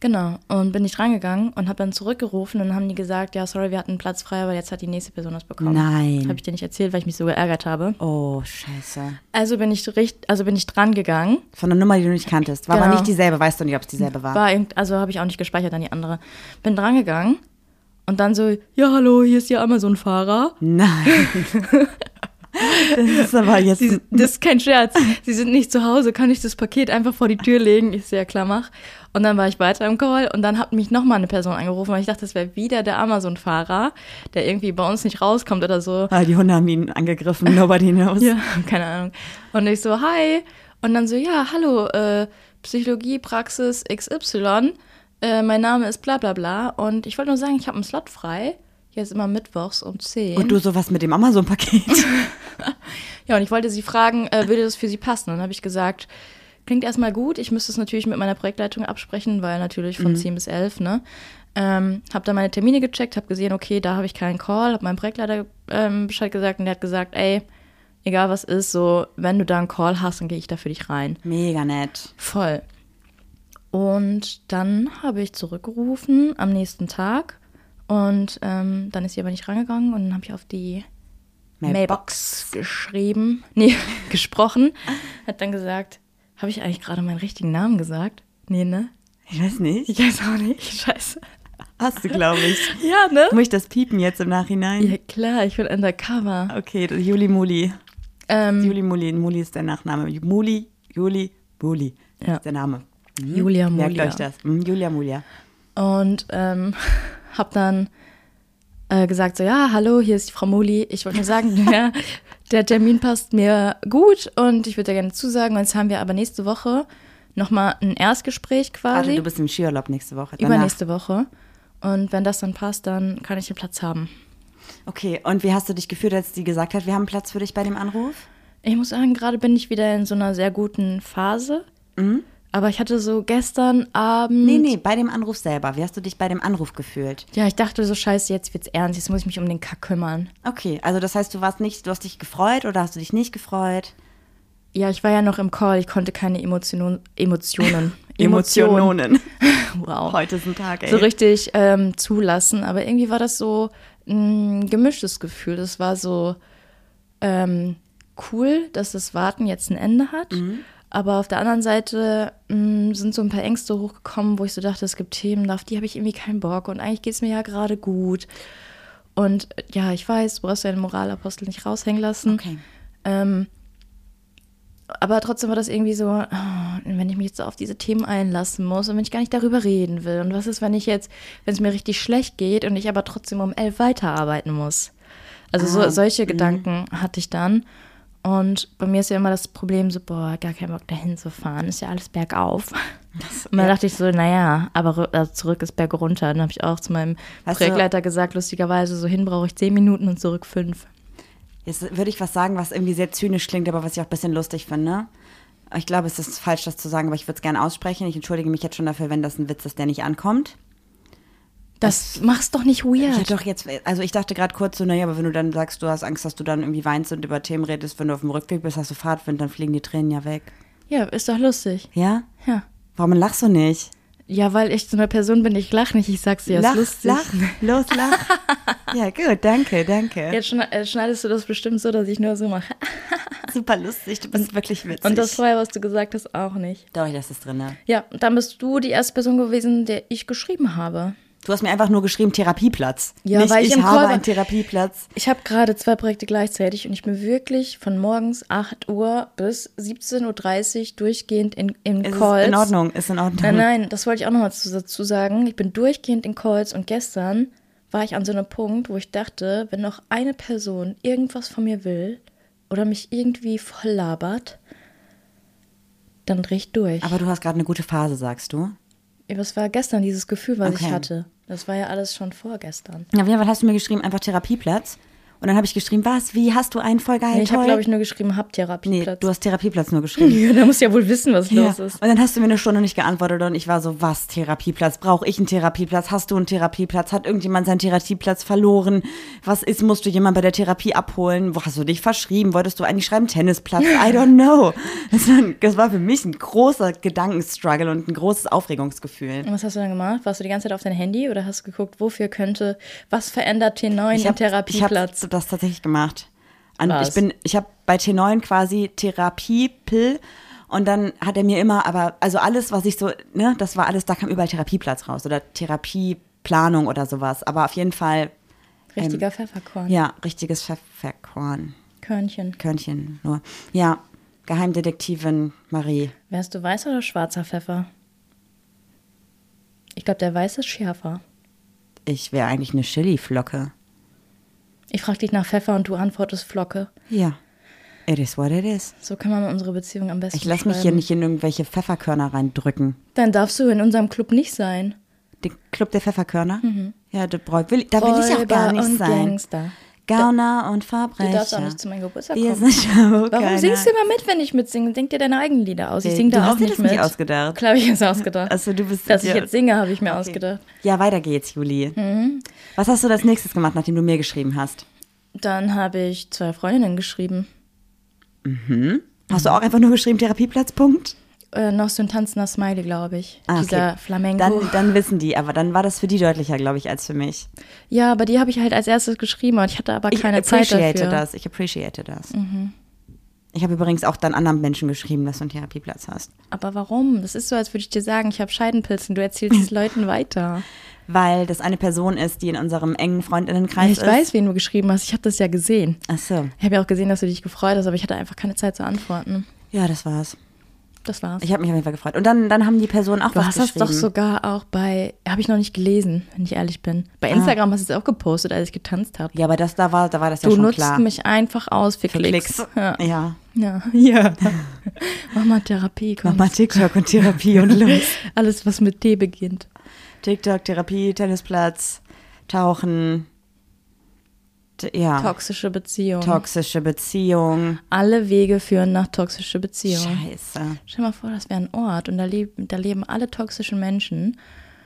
[SPEAKER 1] Genau. Und bin nicht drangegangen und habe dann zurückgerufen und dann haben die gesagt, ja, sorry, wir hatten einen Platz frei, aber jetzt hat die nächste Person das bekommen.
[SPEAKER 2] Nein.
[SPEAKER 1] Habe ich dir nicht erzählt, weil ich mich so geärgert habe.
[SPEAKER 2] Oh, scheiße.
[SPEAKER 1] Also bin ich richt also bin ich drangegangen.
[SPEAKER 2] Von einer Nummer, die du nicht kanntest. War aber
[SPEAKER 1] Genau.
[SPEAKER 2] nicht dieselbe. Weißt du nicht, ob es dieselbe war.
[SPEAKER 1] War irgend, also habe ich auch nicht gespeichert an die andere. Bin drangegangen und dann so, ja, hallo, hier ist ja Amazon-Fahrer.
[SPEAKER 2] Nein. das ist aber jetzt...
[SPEAKER 1] Sie, das ist kein Scherz. Sie sind nicht zu Hause, kann ich das Paket einfach vor die Tür legen? Ich sehe ja klar, mach. Und dann war ich weiter im Call und dann hat mich nochmal eine Person angerufen, weil ich dachte, das wäre wieder der Amazon-Fahrer, der irgendwie bei uns nicht rauskommt oder so.
[SPEAKER 2] Ah, die Hunde haben ihn angegriffen. Nobody knows.
[SPEAKER 1] Ja, keine Ahnung. Und ich so, hi. Und dann so, ja, hallo, äh, Psychologiepraxis XY. Äh, mein Name ist bla bla bla. Und ich wollte nur sagen, ich habe einen Slot frei. Jetzt immer mittwochs um 10.
[SPEAKER 2] Und du sowas mit dem Amazon-Paket.
[SPEAKER 1] Ja, und ich wollte sie fragen, äh, würde das für sie passen? Und dann habe ich gesagt, klingt erstmal gut. Ich müsste es natürlich mit meiner Projektleitung absprechen, weil natürlich von 10 bis 11, ne? Ähm, habe dann meine Termine gecheckt, habe gesehen, okay, da habe ich keinen Call, habe meinem Projektleiter ähm, Bescheid gesagt und der hat gesagt, ey, egal was ist, so, wenn du da einen Call hast, dann gehe ich da für dich rein.
[SPEAKER 2] Mega nett.
[SPEAKER 1] Voll. Und dann habe ich zurückgerufen am nächsten Tag und ähm, dann ist sie aber nicht rangegangen und dann habe ich auf die Mailbox geschrieben, nee, gesprochen, hat dann gesagt, habe ich eigentlich gerade meinen richtigen Namen gesagt? Nee, ne?
[SPEAKER 2] Ich weiß nicht.
[SPEAKER 1] Ich weiß auch nicht, scheiße.
[SPEAKER 2] Hast du, glaube ich.
[SPEAKER 1] Ja, ne?
[SPEAKER 2] Muss ich das piepen jetzt im Nachhinein?
[SPEAKER 1] Ja, klar, ich bin undercover.
[SPEAKER 2] Okay, das- Juli Muli.
[SPEAKER 1] Ähm,
[SPEAKER 2] Juli Muli. Muli ist der Nachname. Muli, Juli, Muli
[SPEAKER 1] Ja.
[SPEAKER 2] ist der Name. Mhm.
[SPEAKER 1] Julia Mulia.
[SPEAKER 2] Merkt euch das. Mhm, Julia Mulia.
[SPEAKER 1] und ähm, habe dann äh, gesagt so, ja, hallo, hier ist die Frau Moli. Ich wollte nur sagen, der, der Termin passt mir gut und ich würde da gerne zusagen. Und jetzt haben wir aber nächste Woche nochmal ein Erstgespräch quasi.
[SPEAKER 2] Warte, du bist im Skiurlaub nächste Woche. Danach.
[SPEAKER 1] Übernächste Woche. Und wenn das dann passt, dann kann ich den Platz haben.
[SPEAKER 2] Okay, und wie hast du dich gefühlt, als die gesagt hat, wir haben Platz für dich bei dem Anruf?
[SPEAKER 1] Ich muss sagen, gerade bin ich wieder in so einer sehr guten Phase. Aber ich hatte so gestern Abend.
[SPEAKER 2] Nee, nee, bei dem Anruf selber. Wie hast du dich bei dem Anruf gefühlt?
[SPEAKER 1] Ja, ich dachte so, scheiße, jetzt wird's ernst, jetzt muss ich mich um den Kack kümmern.
[SPEAKER 2] Okay, also das heißt, du warst nicht, du hast dich gefreut oder hast du dich nicht gefreut?
[SPEAKER 1] Ja, ich war ja noch im Call, ich konnte keine Emotionen. Emotionen.
[SPEAKER 2] Emotionen.
[SPEAKER 1] Wow.
[SPEAKER 2] Heute ist ein Tag, ey.
[SPEAKER 1] so richtig ähm, zulassen. Aber irgendwie war das so ein gemischtes Gefühl. Das war so ähm, cool, dass das Warten jetzt ein Ende hat.
[SPEAKER 2] Mhm.
[SPEAKER 1] Aber auf der anderen Seite mh, sind so ein paar Ängste hochgekommen, wo ich so dachte, es gibt Themen, auf die habe ich irgendwie keinen Bock. Und eigentlich geht es mir ja gerade gut. Und äh, ja, ich weiß, du brauchst deinen Moralapostel nicht raushängen lassen.
[SPEAKER 2] Okay.
[SPEAKER 1] Ähm, aber trotzdem war das irgendwie so, oh, wenn ich mich jetzt so auf diese Themen einlassen muss und wenn ich gar nicht darüber reden will. Und was ist, wenn ich jetzt, wenn es mir richtig schlecht geht und ich aber trotzdem um elf weiterarbeiten muss? Also
[SPEAKER 2] Ah,
[SPEAKER 1] so,
[SPEAKER 2] mhm.
[SPEAKER 1] solche Gedanken hatte ich dann. Und bei mir ist ja immer das Problem so, boah, gar kein Bock dahin zu fahren, ist ja alles bergauf. Und dann dachte ich so, naja, aber rü- also zurück ist berg runter. Und Dann habe ich auch zu meinem
[SPEAKER 2] Hast du-
[SPEAKER 1] Projektleiter gesagt, lustigerweise, so hin brauche ich zehn Minuten und zurück fünf.
[SPEAKER 2] Jetzt würde ich was sagen, was irgendwie sehr zynisch klingt, aber was ich auch ein bisschen lustig finde. Ich glaube, es ist falsch, das zu sagen, aber ich würde es gerne aussprechen. Ich entschuldige mich jetzt schon dafür, wenn das ein Witz ist, der nicht ankommt.
[SPEAKER 1] Das mach's doch nicht
[SPEAKER 2] Ja,
[SPEAKER 1] weird.
[SPEAKER 2] doch, jetzt, also ich dachte gerade kurz so, naja, aber wenn du dann sagst, du hast Angst, dass du dann irgendwie weinst und über Themen redest, wenn du auf dem Rückweg bist, hast du Fahrtwind, dann fliegen die Tränen ja weg.
[SPEAKER 1] Ja, ist doch lustig.
[SPEAKER 2] Ja?
[SPEAKER 1] Ja.
[SPEAKER 2] Warum lachst du nicht?
[SPEAKER 1] Ja, weil ich so eine Person bin, ich lach nicht, ich sag's dir, ist lustig.
[SPEAKER 2] lach, los, lach. ja, gut, danke, danke.
[SPEAKER 1] Jetzt schne- äh, schneidest du das bestimmt so, dass ich nur so mache.
[SPEAKER 2] Super lustig, du bist wirklich witzig.
[SPEAKER 1] Und das vorher, was du gesagt hast, auch nicht.
[SPEAKER 2] Doch, ich lasse es drin. ne?
[SPEAKER 1] Ja, dann bist du die erste Person gewesen, der ich geschrieben habe.
[SPEAKER 2] Du hast mir einfach nur geschrieben, Therapieplatz.
[SPEAKER 1] Ja,
[SPEAKER 2] nicht,
[SPEAKER 1] weil ich
[SPEAKER 2] ich
[SPEAKER 1] im
[SPEAKER 2] habe
[SPEAKER 1] Call war.
[SPEAKER 2] einen Therapieplatz.
[SPEAKER 1] Ich habe gerade zwei Projekte gleichzeitig und ich bin wirklich von morgens 8 Uhr bis 17.30 Uhr durchgehend in, in
[SPEAKER 2] Es
[SPEAKER 1] Calls.
[SPEAKER 2] Ist in Ordnung, ist in Ordnung.
[SPEAKER 1] Nein, nein, das wollte ich auch nochmal dazu sagen. Ich bin durchgehend in Calls und gestern war ich an so einem Punkt, wo ich dachte, wenn noch eine Person irgendwas von mir will oder mich irgendwie voll labert, dann dreh ich durch.
[SPEAKER 2] Aber du hast gerade eine gute Phase, sagst du.
[SPEAKER 1] Das war gestern dieses Gefühl, was
[SPEAKER 2] Okay.
[SPEAKER 1] ich hatte. Das war ja alles schon vorgestern.
[SPEAKER 2] Auf jeden Fall hast du mir geschrieben, einfach Therapieplatz. Und dann habe ich geschrieben, was, wie, hast du einen voll geil,
[SPEAKER 1] Nee, ich habe,
[SPEAKER 2] toll?
[SPEAKER 1] glaube ich, nur geschrieben, hab
[SPEAKER 2] nee,
[SPEAKER 1] Therapieplatz.
[SPEAKER 2] du hast Therapieplatz nur geschrieben.
[SPEAKER 1] ja, da muss ja wohl wissen, was
[SPEAKER 2] Ja.
[SPEAKER 1] los ist.
[SPEAKER 2] Und dann hast du mir eine Stunde nicht geantwortet und ich war so, was, Therapieplatz? Brauche ich einen Therapieplatz? Hast du einen Therapieplatz? Hat irgendjemand seinen Therapieplatz verloren? Was ist, musst du jemanden bei der Therapie abholen? Wo hast du dich verschrieben? Wolltest du eigentlich schreiben Tennisplatz? I don't know. Das war, ein- das war für mich ein großer Gedankenstruggle und ein großes Aufregungsgefühl.
[SPEAKER 1] Und was hast du dann gemacht? Warst du die ganze Zeit auf dein Handy oder hast du geguckt, wofür könnte, was verändert T9
[SPEAKER 2] ich
[SPEAKER 1] im
[SPEAKER 2] hab-
[SPEAKER 1] Therapieplatz?
[SPEAKER 2] Ich habe das tatsächlich gemacht. An,
[SPEAKER 1] Was?
[SPEAKER 2] ich bin, ich habe bei T9 quasi Therapiepill und dann hat er mir immer, aber also alles, was ich so, ne, das war alles, da kam überall Therapieplatz raus oder Therapieplanung oder sowas. Aber auf jeden Fall, ähm,
[SPEAKER 1] Richtiger Pfefferkorn.
[SPEAKER 2] ja, richtiges Pfefferkorn,
[SPEAKER 1] Körnchen.
[SPEAKER 2] Körnchen nur. Ja, Geheimdetektivin Marie.
[SPEAKER 1] Wärst du weißer oder schwarzer Pfeffer? Ich glaube, der weiße ist schärfer.
[SPEAKER 2] Ich wäre eigentlich eine Chili-Flocke.
[SPEAKER 1] Ich frage dich nach Pfeffer und du antwortest Flocke.
[SPEAKER 2] Ja. It is what it is.
[SPEAKER 1] So kann man unsere Beziehung am besten
[SPEAKER 2] Ich lasse mich hier
[SPEAKER 1] beschreiben.
[SPEAKER 2] nicht in irgendwelche Pfefferkörner reindrücken.
[SPEAKER 1] Dann darfst du in unserem Club nicht sein.
[SPEAKER 2] Den Club der Pfefferkörner? Ja, da, brauch, will, da will ich auch gar
[SPEAKER 1] Mhm. Räuber
[SPEAKER 2] nicht
[SPEAKER 1] und
[SPEAKER 2] sein.
[SPEAKER 1] Gangster.
[SPEAKER 2] Gauner und Verbrecher.
[SPEAKER 1] Du darfst auch nicht zu meinem Geburtstag
[SPEAKER 2] Wir
[SPEAKER 1] kommen.
[SPEAKER 2] sind Warum
[SPEAKER 1] Warum singst du immer mit, wenn ich mitsinge? Denk dir deine eigenen Lieder aus. Ich
[SPEAKER 2] Nee,
[SPEAKER 1] singe
[SPEAKER 2] du
[SPEAKER 1] da
[SPEAKER 2] hast
[SPEAKER 1] auch
[SPEAKER 2] dir
[SPEAKER 1] nicht
[SPEAKER 2] das nicht
[SPEAKER 1] mit.
[SPEAKER 2] ausgedacht.
[SPEAKER 1] Klar habe ich das ausgedacht.
[SPEAKER 2] Also du bist
[SPEAKER 1] Dass ich
[SPEAKER 2] ja-
[SPEAKER 1] jetzt singe, habe ich mir ausgedacht.
[SPEAKER 2] Ja, weiter geht's, Juli.
[SPEAKER 1] Mhm.
[SPEAKER 2] Was hast du als nächstes gemacht, nachdem du mir geschrieben hast?
[SPEAKER 1] Dann habe ich zwei Freundinnen geschrieben.
[SPEAKER 2] Hast
[SPEAKER 1] Mhm.
[SPEAKER 2] du auch einfach nur geschrieben, Therapieplatzpunkt?
[SPEAKER 1] Äh, noch so ein tanzender Smiley, glaube ich.
[SPEAKER 2] Ah, okay.
[SPEAKER 1] Dieser Flamenco.
[SPEAKER 2] Dann, dann wissen die, aber dann war das für die deutlicher, glaube ich, als für mich.
[SPEAKER 1] Ja, aber die habe ich halt als erstes geschrieben und ich hatte aber
[SPEAKER 2] Ich
[SPEAKER 1] keine Zeit
[SPEAKER 2] appreciate
[SPEAKER 1] dafür. Mhm.
[SPEAKER 2] das. Ich appreciate das. Ich habe übrigens auch dann anderen Menschen geschrieben, dass du einen Therapieplatz hast.
[SPEAKER 1] Aber warum? Das ist so, als würde ich dir sagen, ich habe Scheidenpilzen, du erzählst es Leuten weiter.
[SPEAKER 2] Weil das eine Person ist, die in unserem engen Freundinnenkreis
[SPEAKER 1] ich
[SPEAKER 2] ist.
[SPEAKER 1] weiß, wen du geschrieben hast, ich habe das ja gesehen.
[SPEAKER 2] Ach so.
[SPEAKER 1] Ich habe ja auch gesehen, dass du dich gefreut hast, aber ich hatte einfach keine Zeit zu antworten.
[SPEAKER 2] Ja, das war's.
[SPEAKER 1] Das war's.
[SPEAKER 2] Ich habe mich auf jeden Fall gefreut. Und dann, dann haben die Personen auch
[SPEAKER 1] du
[SPEAKER 2] was
[SPEAKER 1] hast das
[SPEAKER 2] geschrieben.
[SPEAKER 1] doch sogar auch bei, habe ich noch nicht gelesen, wenn ich ehrlich bin.
[SPEAKER 2] Ah.
[SPEAKER 1] Bei Instagram hast du es auch gepostet, als ich getanzt habe.
[SPEAKER 2] ja, aber das da war, da war das ja
[SPEAKER 1] du
[SPEAKER 2] schon
[SPEAKER 1] nutzt
[SPEAKER 2] klar.
[SPEAKER 1] mich einfach aus für,
[SPEAKER 2] Für
[SPEAKER 1] Klicks. Ja.
[SPEAKER 2] ja.
[SPEAKER 1] Ja. ja. Mach mal Therapie, komm.
[SPEAKER 2] Mach mal TikTok und Therapie und los.
[SPEAKER 1] Alles, was mit T beginnt.
[SPEAKER 2] TikTok, Therapie, Tennisplatz, Tauchen. T ja.
[SPEAKER 1] Toxische Beziehung.
[SPEAKER 2] Ah. Toxische Beziehung.
[SPEAKER 1] Alle Wege führen nach toxische Beziehungen.
[SPEAKER 2] Scheiße.
[SPEAKER 1] Stell dir mal vor, das wäre ein Ort und da, leb da leben alle toxischen Menschen.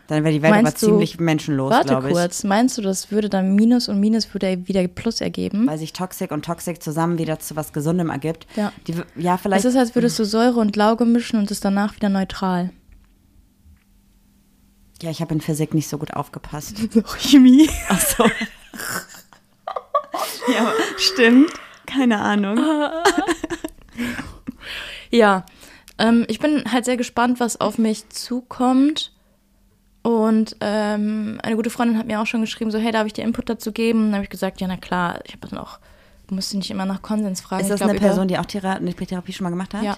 [SPEAKER 2] Dann wäre die Welt aber
[SPEAKER 1] Meinst du-
[SPEAKER 2] ziemlich menschenlos,
[SPEAKER 1] Warte
[SPEAKER 2] glaube ich.
[SPEAKER 1] kurz, meinst du, das würde dann Minus und Minus würde wieder Plus ergeben?
[SPEAKER 2] Weil sich Toxik und Toxik zusammen wieder zu was Gesundem ergibt.
[SPEAKER 1] Ja.
[SPEAKER 2] Die, w- ja,
[SPEAKER 1] Es
[SPEAKER 2] vielleicht. hm.
[SPEAKER 1] ist, als würdest du Säure und Lauge mischen und ist danach wieder neutral.
[SPEAKER 2] ja, ich habe in Physik nicht so gut aufgepasst.
[SPEAKER 1] Chemie.
[SPEAKER 2] Ach so. ja, stimmt. Keine Ahnung.
[SPEAKER 1] Ja. Ähm, ich bin halt sehr gespannt, was auf mich zukommt. Und ähm, eine gute Freundin hat mir auch schon geschrieben, so, hey, darf ich dir Input dazu geben? Dann habe ich gesagt, ja, na klar, ich habe dann auch, du musst nicht immer nach Konsens fragen.
[SPEAKER 2] Ist
[SPEAKER 1] Ich
[SPEAKER 2] das
[SPEAKER 1] glaub,
[SPEAKER 2] eine
[SPEAKER 1] über-
[SPEAKER 2] Person, die auch Thera eine Therapie schon mal gemacht hat?
[SPEAKER 1] Ja.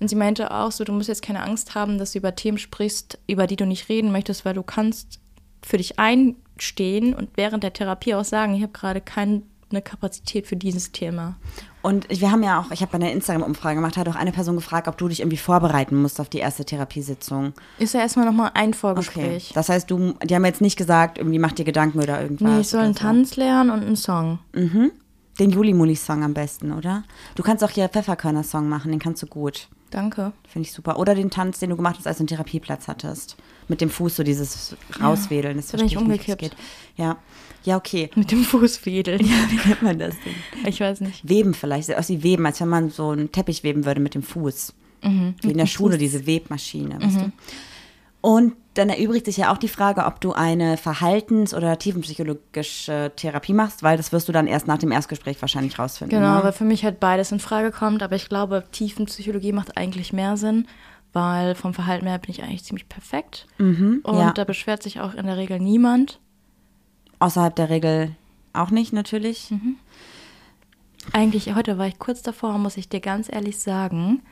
[SPEAKER 1] Und sie meinte auch so, du musst jetzt keine Angst haben, dass du über Themen sprichst, über die du nicht reden möchtest, weil du kannst für dich einstehen und während der Therapie auch sagen, ich habe gerade keinen eine Kapazität für dieses Thema.
[SPEAKER 2] Und wir haben ja auch, ich habe bei einer Instagram-Umfrage gemacht, hat auch eine Person gefragt, ob du dich irgendwie vorbereiten musst auf die erste Therapiesitzung.
[SPEAKER 1] Ist ja erstmal nochmal ein
[SPEAKER 2] Okay.
[SPEAKER 1] Vorgespräch.
[SPEAKER 2] Das heißt, du, die haben jetzt nicht gesagt, irgendwie mach dir Gedanken oder irgendwas.
[SPEAKER 1] nee, ich soll
[SPEAKER 2] oder
[SPEAKER 1] einen
[SPEAKER 2] so.
[SPEAKER 1] Tanz lernen und einen Song.
[SPEAKER 2] Den Juli-Muli-Song am besten, oder? Du kannst auch hier Pfefferkörner-Song machen, den kannst du gut.
[SPEAKER 1] Danke.
[SPEAKER 2] Finde ich super. Oder den Tanz, den du gemacht hast, als du einen Therapieplatz hattest. Mit dem Fuß so dieses Rauswedeln. das
[SPEAKER 1] da bin ich
[SPEAKER 2] verstehe nicht, wie das
[SPEAKER 1] umgekippt.
[SPEAKER 2] geht. Ja. ja, okay.
[SPEAKER 1] Mit dem Fuß wedeln.
[SPEAKER 2] Wie nennt man das denn?
[SPEAKER 1] Ich weiß nicht.
[SPEAKER 2] Weben vielleicht, sieht aus wie Weben, als wenn man so einen Teppich weben würde mit dem Fuß.
[SPEAKER 1] Mhm,
[SPEAKER 2] Wie in der Schule, diese Webmaschine, weißt du? Und dann erübrigt sich ja auch die Frage, ob du eine verhaltens- oder tiefenpsychologische Therapie machst, weil das wirst du dann erst nach dem Erstgespräch wahrscheinlich rausfinden.
[SPEAKER 1] Genau,
[SPEAKER 2] Ne?
[SPEAKER 1] weil für mich halt beides in Frage kommt, aber ich glaube, Tiefenpsychologie macht eigentlich mehr Sinn, weil vom Verhalten her bin ich eigentlich ziemlich perfekt. und
[SPEAKER 2] Mhm. ja.
[SPEAKER 1] da beschwert sich auch in der Regel niemand.
[SPEAKER 2] Außerhalb der Regel auch nicht, natürlich.
[SPEAKER 1] Mhm. Eigentlich, heute war ich kurz davor, muss ich dir ganz ehrlich sagen,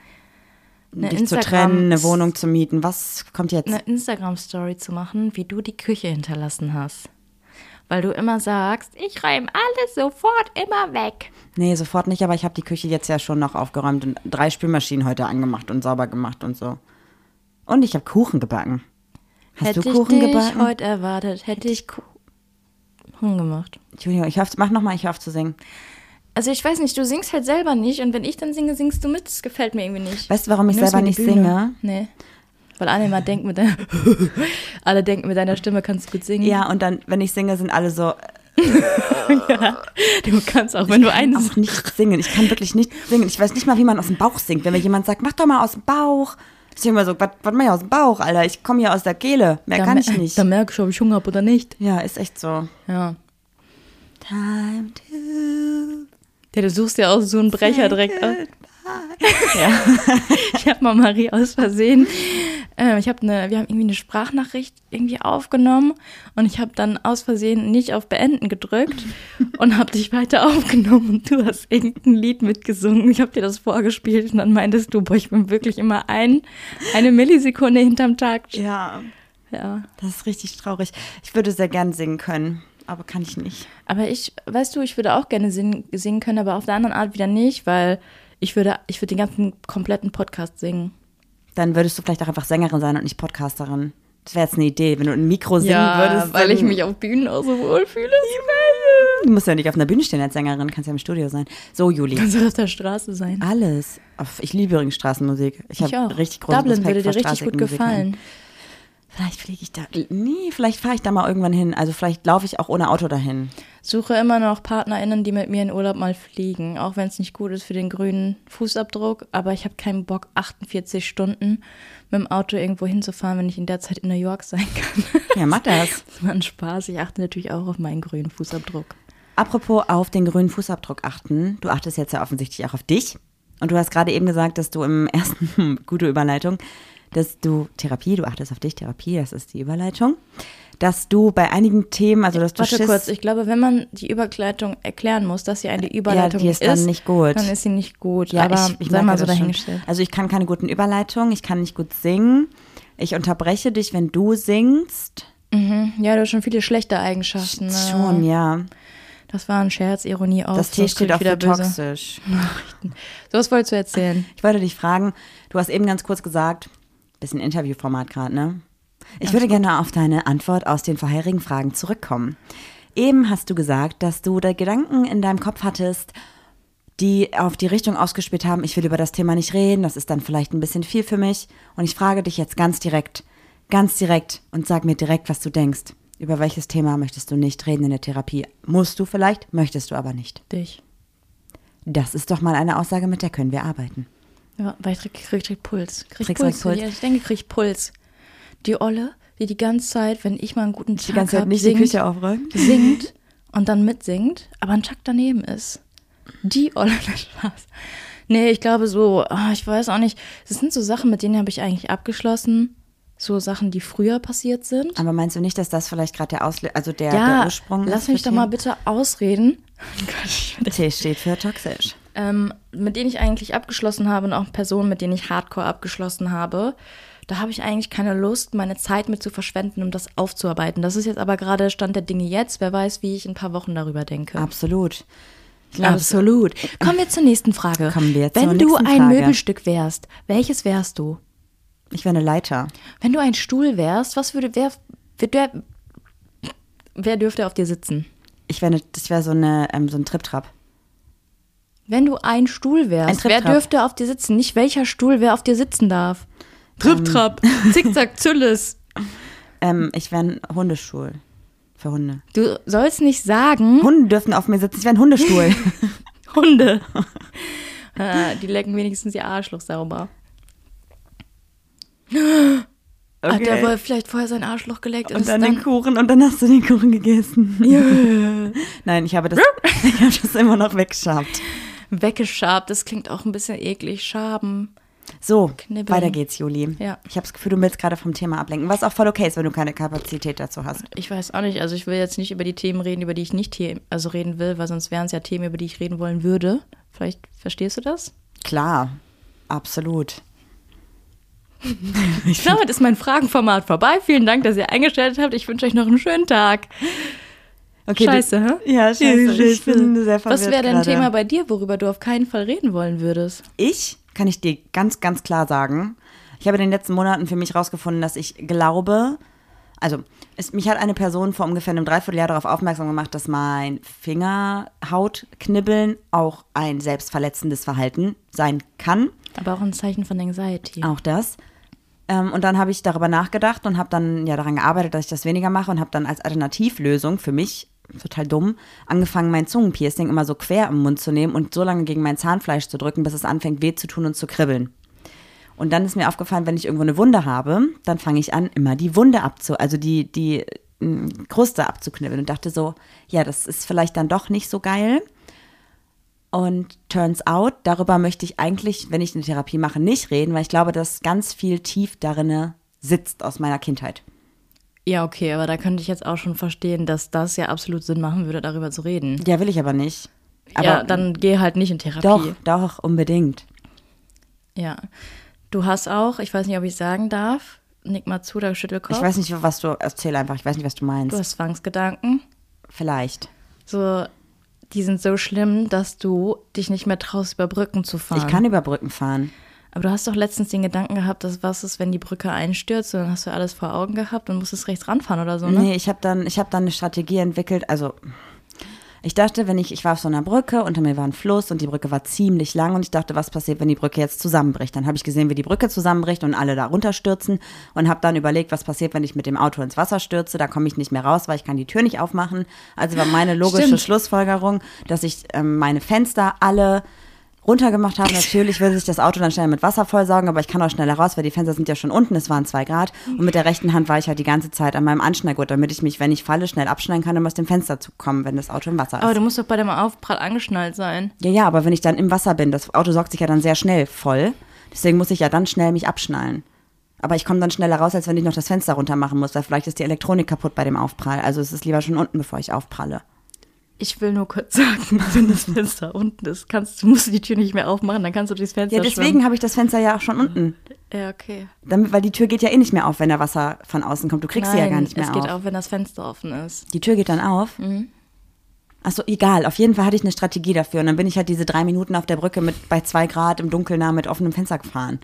[SPEAKER 1] eine
[SPEAKER 2] Dich zu
[SPEAKER 1] Instagram-
[SPEAKER 2] trennen, eine Wohnung zu mieten. Was kommt jetzt?
[SPEAKER 1] eine Instagram-Story zu machen, wie du die Küche hinterlassen hast. Weil du immer sagst, ich räume alles sofort immer weg.
[SPEAKER 2] Nee, sofort nicht, aber ich habe die Küche jetzt ja schon noch aufgeräumt und drei Spülmaschinen heute angemacht und sauber gemacht und so. Und ich habe Kuchen gebacken. Hast
[SPEAKER 1] hätte
[SPEAKER 2] du Kuchen
[SPEAKER 1] ich dich
[SPEAKER 2] gebacken?
[SPEAKER 1] heute erwartet, hätte ich Kuchen gemacht.
[SPEAKER 2] Entschuldigung, ich hör, auf- mach nochmal, ich hör auf zu singen.
[SPEAKER 1] Also ich weiß nicht, du singst halt selber nicht und wenn ich dann singe, singst du mit. Das gefällt mir irgendwie nicht.
[SPEAKER 2] Weißt du, warum ich
[SPEAKER 1] Nimmst
[SPEAKER 2] selber
[SPEAKER 1] mir die
[SPEAKER 2] nicht
[SPEAKER 1] Bühne.
[SPEAKER 2] singe?
[SPEAKER 1] Nee. Weil alle immer denken mit deiner alle denken mit deiner Stimme kannst du gut singen.
[SPEAKER 2] Ja, und dann, wenn ich singe, sind alle so, äh,
[SPEAKER 1] Du kannst auch, wenn du eins
[SPEAKER 2] auch nicht singen. Ich kann wirklich nicht singen. Ich weiß nicht mal, wie man aus dem Bauch singt. Wenn mir jemand sagt, mach doch mal aus dem Bauch. Ich denke immer so, was was mach ich aus dem Bauch, Alter? Ich komme hier aus der Kehle. Mehr
[SPEAKER 1] Dann
[SPEAKER 2] kann
[SPEAKER 1] mer-
[SPEAKER 2] ich nicht.
[SPEAKER 1] Dann merkst du, ob ich Hunger habe oder nicht.
[SPEAKER 2] Ja, ist echt so.
[SPEAKER 1] Ja.
[SPEAKER 2] Time to
[SPEAKER 1] Ja, du suchst ja auch so einen Brecher direkt aus.
[SPEAKER 2] Ja.
[SPEAKER 1] Ich habe mal Marie aus Versehen. Ähm, ich hab eine, wir haben irgendwie eine Sprachnachricht irgendwie aufgenommen und ich habe dann aus Versehen nicht auf Beenden gedrückt und habe dich weiter aufgenommen und du hast irgendein Lied mitgesungen. Ich habe dir das vorgespielt und dann meintest du, boah, ich bin wirklich immer ein, eine Millisekunde hinterm Takt.
[SPEAKER 2] ja.
[SPEAKER 1] Ja.
[SPEAKER 2] Das ist richtig traurig. Ich würde sehr gern singen können, aber kann ich nicht.
[SPEAKER 1] Aber ich, weißt du, ich würde auch gerne singen, singen können, aber auf der anderen Art wieder nicht, weil ich würde, ich würde den ganzen kompletten Podcast singen.
[SPEAKER 2] Dann würdest du vielleicht auch einfach Sängerin sein und nicht Podcasterin. Das wäre jetzt eine Idee, wenn du ein Mikro singen würdest.
[SPEAKER 1] weil
[SPEAKER 2] dann-
[SPEAKER 1] ich mich auf Bühnen auch so wohlfühle.
[SPEAKER 2] Du musst ja nicht auf einer Bühne stehen als Sängerin, kannst ja im Studio sein. So, Juli.
[SPEAKER 1] Kannst du auf der Straße sein.
[SPEAKER 2] Alles. Auf- Ich liebe übrigens Straßenmusik. Ah, Ich
[SPEAKER 1] Ich
[SPEAKER 2] habe
[SPEAKER 1] auch.
[SPEAKER 2] richtig großen
[SPEAKER 1] Dublin
[SPEAKER 2] Respekt
[SPEAKER 1] würde
[SPEAKER 2] vor
[SPEAKER 1] dir richtig gut
[SPEAKER 2] straßigen Musikern.
[SPEAKER 1] gefallen.
[SPEAKER 2] Vielleicht fliege ich da. Nee, vielleicht fahre ich da mal irgendwann hin. Also vielleicht laufe ich auch ohne Auto dahin.
[SPEAKER 1] Suche immer noch PartnerInnen, die mit mir in Urlaub mal fliegen, auch wenn es nicht gut ist für den grünen Fußabdruck. Aber ich habe keinen Bock, 48 Stunden mit dem Auto irgendwo hinzufahren, wenn ich in der Zeit in New York sein kann.
[SPEAKER 2] Ja, mach das.
[SPEAKER 1] Das war ein Spaß. Ich achte natürlich auch auf meinen grünen Fußabdruck.
[SPEAKER 2] Apropos auf den grünen Fußabdruck achten. Du achtest jetzt ja offensichtlich auch auf dich. Und du hast gerade eben gesagt, dass du im ersten, gute Überleitung, dass du Therapie, du achtest auf dich, Therapie, das ist die Überleitung, dass du bei einigen Themen, also dass du
[SPEAKER 1] Warte
[SPEAKER 2] Schiss-
[SPEAKER 1] kurz, ich glaube, wenn man die Überleitung erklären muss, dass sie eine Überleitung
[SPEAKER 2] die ist dann nicht gut.
[SPEAKER 1] dann ist sie nicht gut.
[SPEAKER 2] ja,
[SPEAKER 1] aber
[SPEAKER 2] ich, ich
[SPEAKER 1] sei
[SPEAKER 2] merke
[SPEAKER 1] mal so
[SPEAKER 2] das schon.
[SPEAKER 1] dahingestellt.
[SPEAKER 2] Also ich kann keine guten Überleitungen, ich kann nicht gut singen, ich unterbreche dich, wenn du singst.
[SPEAKER 1] Mhm. Ja, du hast schon viele schlechte Eigenschaften. ne?
[SPEAKER 2] Schon, ja.
[SPEAKER 1] Das war ein Scherz, Ironie auch.
[SPEAKER 2] Das T steht auch für
[SPEAKER 1] böse
[SPEAKER 2] toxisch.
[SPEAKER 1] Nachrichten. So was wolltest du erzählen?
[SPEAKER 2] Ich wollte dich fragen, du hast eben ganz kurz gesagt, bisschen Interviewformat gerade, ne? Ich würde gerne auf deine Antwort aus den vorherigen Fragen zurückkommen. Eben hast du gesagt, dass du da Gedanken in deinem Kopf hattest, die auf die Richtung ausgespielt haben, ich will über das Thema nicht reden, das ist dann vielleicht ein bisschen viel für mich. Und ich frage dich jetzt ganz direkt, ganz direkt und sag mir direkt, was du denkst. Über welches Thema möchtest du nicht reden in der Therapie? Musst du vielleicht, möchtest du aber nicht.
[SPEAKER 1] Dich.
[SPEAKER 2] Das ist doch mal eine Aussage, mit der können wir arbeiten.
[SPEAKER 1] Ja, weil ich krieg, krieg, krieg Puls. Krieg
[SPEAKER 2] Kriegst
[SPEAKER 1] Puls.
[SPEAKER 2] direkt Puls.
[SPEAKER 1] Ja, ich denke, krieg Puls. Die Olle, die die ganze Zeit, wenn ich mal einen guten Tag
[SPEAKER 2] die ganze Zeit
[SPEAKER 1] hab,
[SPEAKER 2] nicht die
[SPEAKER 1] singt,
[SPEAKER 2] Küche aufräumen.
[SPEAKER 1] singt und dann mitsingt, aber ein Tag daneben ist. Die Olle, der Spaß. Nee, ich glaube so, ah, ich weiß auch nicht. Das sind so Sachen, mit denen habe ich eigentlich abgeschlossen. So Sachen, die früher passiert sind.
[SPEAKER 2] Aber meinst du nicht, dass das vielleicht gerade der Ausle also Ah, der, der
[SPEAKER 1] Ja,
[SPEAKER 2] Ursprung
[SPEAKER 1] lass
[SPEAKER 2] ist?
[SPEAKER 1] mich
[SPEAKER 2] für
[SPEAKER 1] doch mal
[SPEAKER 2] Themen?
[SPEAKER 1] bitte ausreden. Oh Gott, ich bin-
[SPEAKER 2] T steht für toxisch.
[SPEAKER 1] ähm, mit denen ich eigentlich abgeschlossen habe und auch Personen, mit denen ich hardcore abgeschlossen habe, da habe ich eigentlich keine Lust, meine Zeit mit zu verschwenden, um das aufzuarbeiten. Das ist jetzt aber gerade Stand der Dinge jetzt. Wer weiß, wie ich in ein paar Wochen darüber denke.
[SPEAKER 2] Absolut. Absolut.
[SPEAKER 1] Kommen wir zur nächsten Frage.
[SPEAKER 2] Kommen wir zur
[SPEAKER 1] Wenn du
[SPEAKER 2] nächsten
[SPEAKER 1] ein
[SPEAKER 2] Frage.
[SPEAKER 1] Möbelstück wärst, welches wärst du?
[SPEAKER 2] Ich wäre eine Leiter.
[SPEAKER 1] Wenn du ein Stuhl wärst, was würde wer wer, wer, wer dürfte auf dir sitzen?
[SPEAKER 2] Ich wäre eine, das wäre so, eine, ähm, so ein Triptrap.
[SPEAKER 1] Wenn du ein Stuhl
[SPEAKER 2] Ein
[SPEAKER 1] wärst,
[SPEAKER 2] Triptrap.
[SPEAKER 1] wer dürfte auf dir sitzen? Nicht welcher Stuhl wer auf dir sitzen darf. Triptrap, Zickzack, Zülles.
[SPEAKER 2] Ähm, ich wäre ein Hundestuhl. Für Hunde.
[SPEAKER 1] Du sollst nicht sagen
[SPEAKER 2] Hunde dürfen auf mir sitzen. Ich wäre ein Hundestuhl.
[SPEAKER 1] Hunde. Ah, Die lecken wenigstens ihr Arschloch sauber. Hat der Wolf vielleicht vorher sein Arschloch geleckt und,
[SPEAKER 2] Und
[SPEAKER 1] ist
[SPEAKER 2] dann den Kuchen und dann hast du den Kuchen gegessen. Nein, ich habe das, ich habe das immer noch weggeschabt.
[SPEAKER 1] weggeschabt? Das klingt auch ein bisschen eklig. Schaben.
[SPEAKER 2] So,
[SPEAKER 1] Knibbeln.
[SPEAKER 2] weiter geht's, Juli.
[SPEAKER 1] Ja.
[SPEAKER 2] Ich habe das Gefühl, du willst gerade vom Thema ablenken, was auch voll okay ist, wenn du keine Kapazität dazu hast.
[SPEAKER 1] Ich weiß auch nicht. Also ich will jetzt nicht über die Themen reden, über die ich nicht The- also reden will, weil sonst wären es ja Themen, über die ich reden wollen würde. Vielleicht verstehst du das?
[SPEAKER 2] Klar, absolut.
[SPEAKER 1] Damit ist mein Fragenformat vorbei. Vielen Dank, dass ihr eingestellt habt. Ich wünsche euch noch einen schönen Tag.
[SPEAKER 2] Okay,
[SPEAKER 1] Scheiße, hä?
[SPEAKER 2] du, Ja, scheiße. Ich bin sehr verwirrt
[SPEAKER 1] Was wäre denn ein
[SPEAKER 2] gerade.
[SPEAKER 1] Thema bei dir, worüber du auf keinen Fall reden wollen würdest?
[SPEAKER 2] Ich kann ich dir ganz, ganz klar sagen, ich habe in den letzten Monaten für mich rausgefunden, dass ich glaube, also es, mich hat eine Person vor ungefähr einem Dreivierteljahr darauf aufmerksam gemacht, dass mein Fingerhautknibbeln auch ein selbstverletzendes Verhalten sein kann.
[SPEAKER 1] Aber auch ein Zeichen von Anxiety.
[SPEAKER 2] Auch das. Ähm, und dann habe ich darüber nachgedacht und habe dann ja daran gearbeitet, dass ich das weniger mache und habe dann als Alternativlösung für mich, total dumm, angefangen, mein Zungenpiercing immer so quer im Mund zu nehmen und so lange gegen mein Zahnfleisch zu drücken, bis es anfängt weh zu tun und zu kribbeln. Und dann ist mir aufgefallen, wenn ich irgendwo eine Wunde habe, dann fange ich an, immer die Wunde abzu, also die, die mm, Kruste abzuknibbeln und dachte so, ja, das ist vielleicht dann doch nicht so geil. Und turns out, darüber möchte ich eigentlich, wenn ich eine Therapie mache, nicht reden, weil ich glaube, dass ganz viel tief darin sitzt aus meiner Kindheit.
[SPEAKER 1] Ja, okay, aber da könnte ich jetzt auch schon verstehen, dass das ja absolut Sinn machen würde, darüber zu reden.
[SPEAKER 2] Ja, will ich aber nicht. Aber
[SPEAKER 1] ja, dann geh halt nicht in Therapie.
[SPEAKER 2] doch, doch, unbedingt.
[SPEAKER 1] Ja. Du hast auch, ich weiß nicht, ob ich sagen darf, nick mal zu, da Schüttelkopf.
[SPEAKER 2] Ich weiß nicht, was du erzähl einfach. Ich weiß nicht, was du meinst.
[SPEAKER 1] du hast Zwangsgedanken.
[SPEAKER 2] Vielleicht.
[SPEAKER 1] So, die sind so schlimm, dass du dich nicht mehr traust, über Brücken zu fahren.
[SPEAKER 2] Ich kann über Brücken fahren.
[SPEAKER 1] Aber du hast doch letztens den Gedanken gehabt, dass was ist, wenn die Brücke einstürzt und dann hast du alles vor Augen gehabt und musstest rechts ranfahren oder so, ne?
[SPEAKER 2] Nee, ich habe dann, ich hab dann eine Strategie entwickelt. Also, ich dachte, wenn ich, ich war auf so einer Brücke, unter mir war ein Fluss und die Brücke war ziemlich lang und ich dachte, was passiert, wenn die Brücke jetzt zusammenbricht? Dann habe ich gesehen, wie die Brücke zusammenbricht und alle da runterstürzen und habe dann überlegt, was passiert, wenn ich mit dem Auto ins Wasser stürze? Da komme ich nicht mehr raus, weil ich kann die Tür nicht aufmachen. Also war meine logische
[SPEAKER 1] Stimmt.
[SPEAKER 2] Schlussfolgerung, dass ich ähm, meine Fenster alle runtergemacht habe. Natürlich will sich das Auto dann schnell mit Wasser vollsaugen, aber ich kann auch schneller raus, weil die Fenster sind ja schon unten, es waren zwei Grad. Und mit der rechten Hand war ich halt die ganze Zeit an meinem Anschnallgurt, damit ich mich, wenn ich falle, schnell abschneiden kann, um aus dem Fenster zu kommen, wenn das Auto im Wasser ist.
[SPEAKER 1] Aber du musst doch bei dem Aufprall angeschnallt sein.
[SPEAKER 2] Ja, ja, aber wenn ich dann im Wasser bin, das Auto sorgt sich ja dann sehr schnell voll. Deswegen muss ich ja dann schnell mich abschnallen. Aber ich komme dann schneller raus, als wenn ich noch das Fenster runter machen muss, weil vielleicht ist die Elektronik kaputt bei dem Aufprall. Also es ist lieber schon unten, bevor ich aufpralle.
[SPEAKER 1] Ich will nur kurz sagen, wenn das Fenster unten ist, kannst, musst du die Tür nicht mehr aufmachen, dann kannst du durchs Fenster
[SPEAKER 2] Ja, deswegen habe ich das Fenster ja auch schon unten.
[SPEAKER 1] schwimmen. Ja, okay.
[SPEAKER 2] Damit, weil die Tür geht ja eh nicht mehr auf, wenn da Wasser von außen kommt. Du kriegst sie ja gar nicht mehr
[SPEAKER 1] es
[SPEAKER 2] auf.
[SPEAKER 1] geht Mhm. auch, wenn das Fenster offen ist.
[SPEAKER 2] Die Tür geht dann auf. Achso, egal. Auf jeden Fall hatte ich eine Strategie dafür. Und dann bin ich halt diese drei Minuten auf der Brücke mit bei zwei Grad im Dunkeln nah mit offenem Fenster gefahren.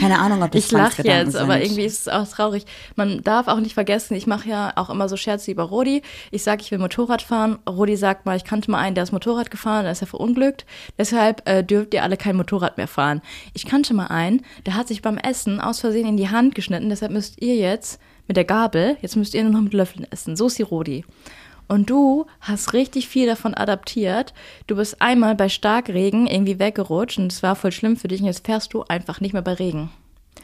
[SPEAKER 2] Keine Ahnung, ob das
[SPEAKER 1] Ich lache
[SPEAKER 2] Zwangsgedanken
[SPEAKER 1] jetzt, aber
[SPEAKER 2] sind.
[SPEAKER 1] irgendwie ist es auch traurig. Man darf auch nicht vergessen, ich mache ja auch immer so Scherze über Rodi. Ich sage, ich will Motorrad fahren. Rodi sagt mal, ich kannte mal einen, der ist Motorrad gefahren, der ist ja verunglückt. Deshalb äh, dürft ihr alle kein Motorrad mehr fahren. Ich kannte mal einen, der hat sich beim Essen aus Versehen in die Hand geschnitten. Deshalb müsst ihr jetzt mit der Gabel, jetzt müsst ihr nur noch mit Löffeln essen. So ist die Rodi. Und du hast richtig viel davon adaptiert. Du bist einmal bei Starkregen irgendwie weggerutscht und es war voll schlimm für dich und jetzt fährst du einfach nicht mehr bei Regen.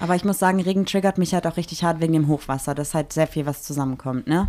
[SPEAKER 2] Aber ich muss sagen, Regen triggert mich halt auch richtig hart wegen dem Hochwasser, dass halt sehr viel was zusammenkommt, ne?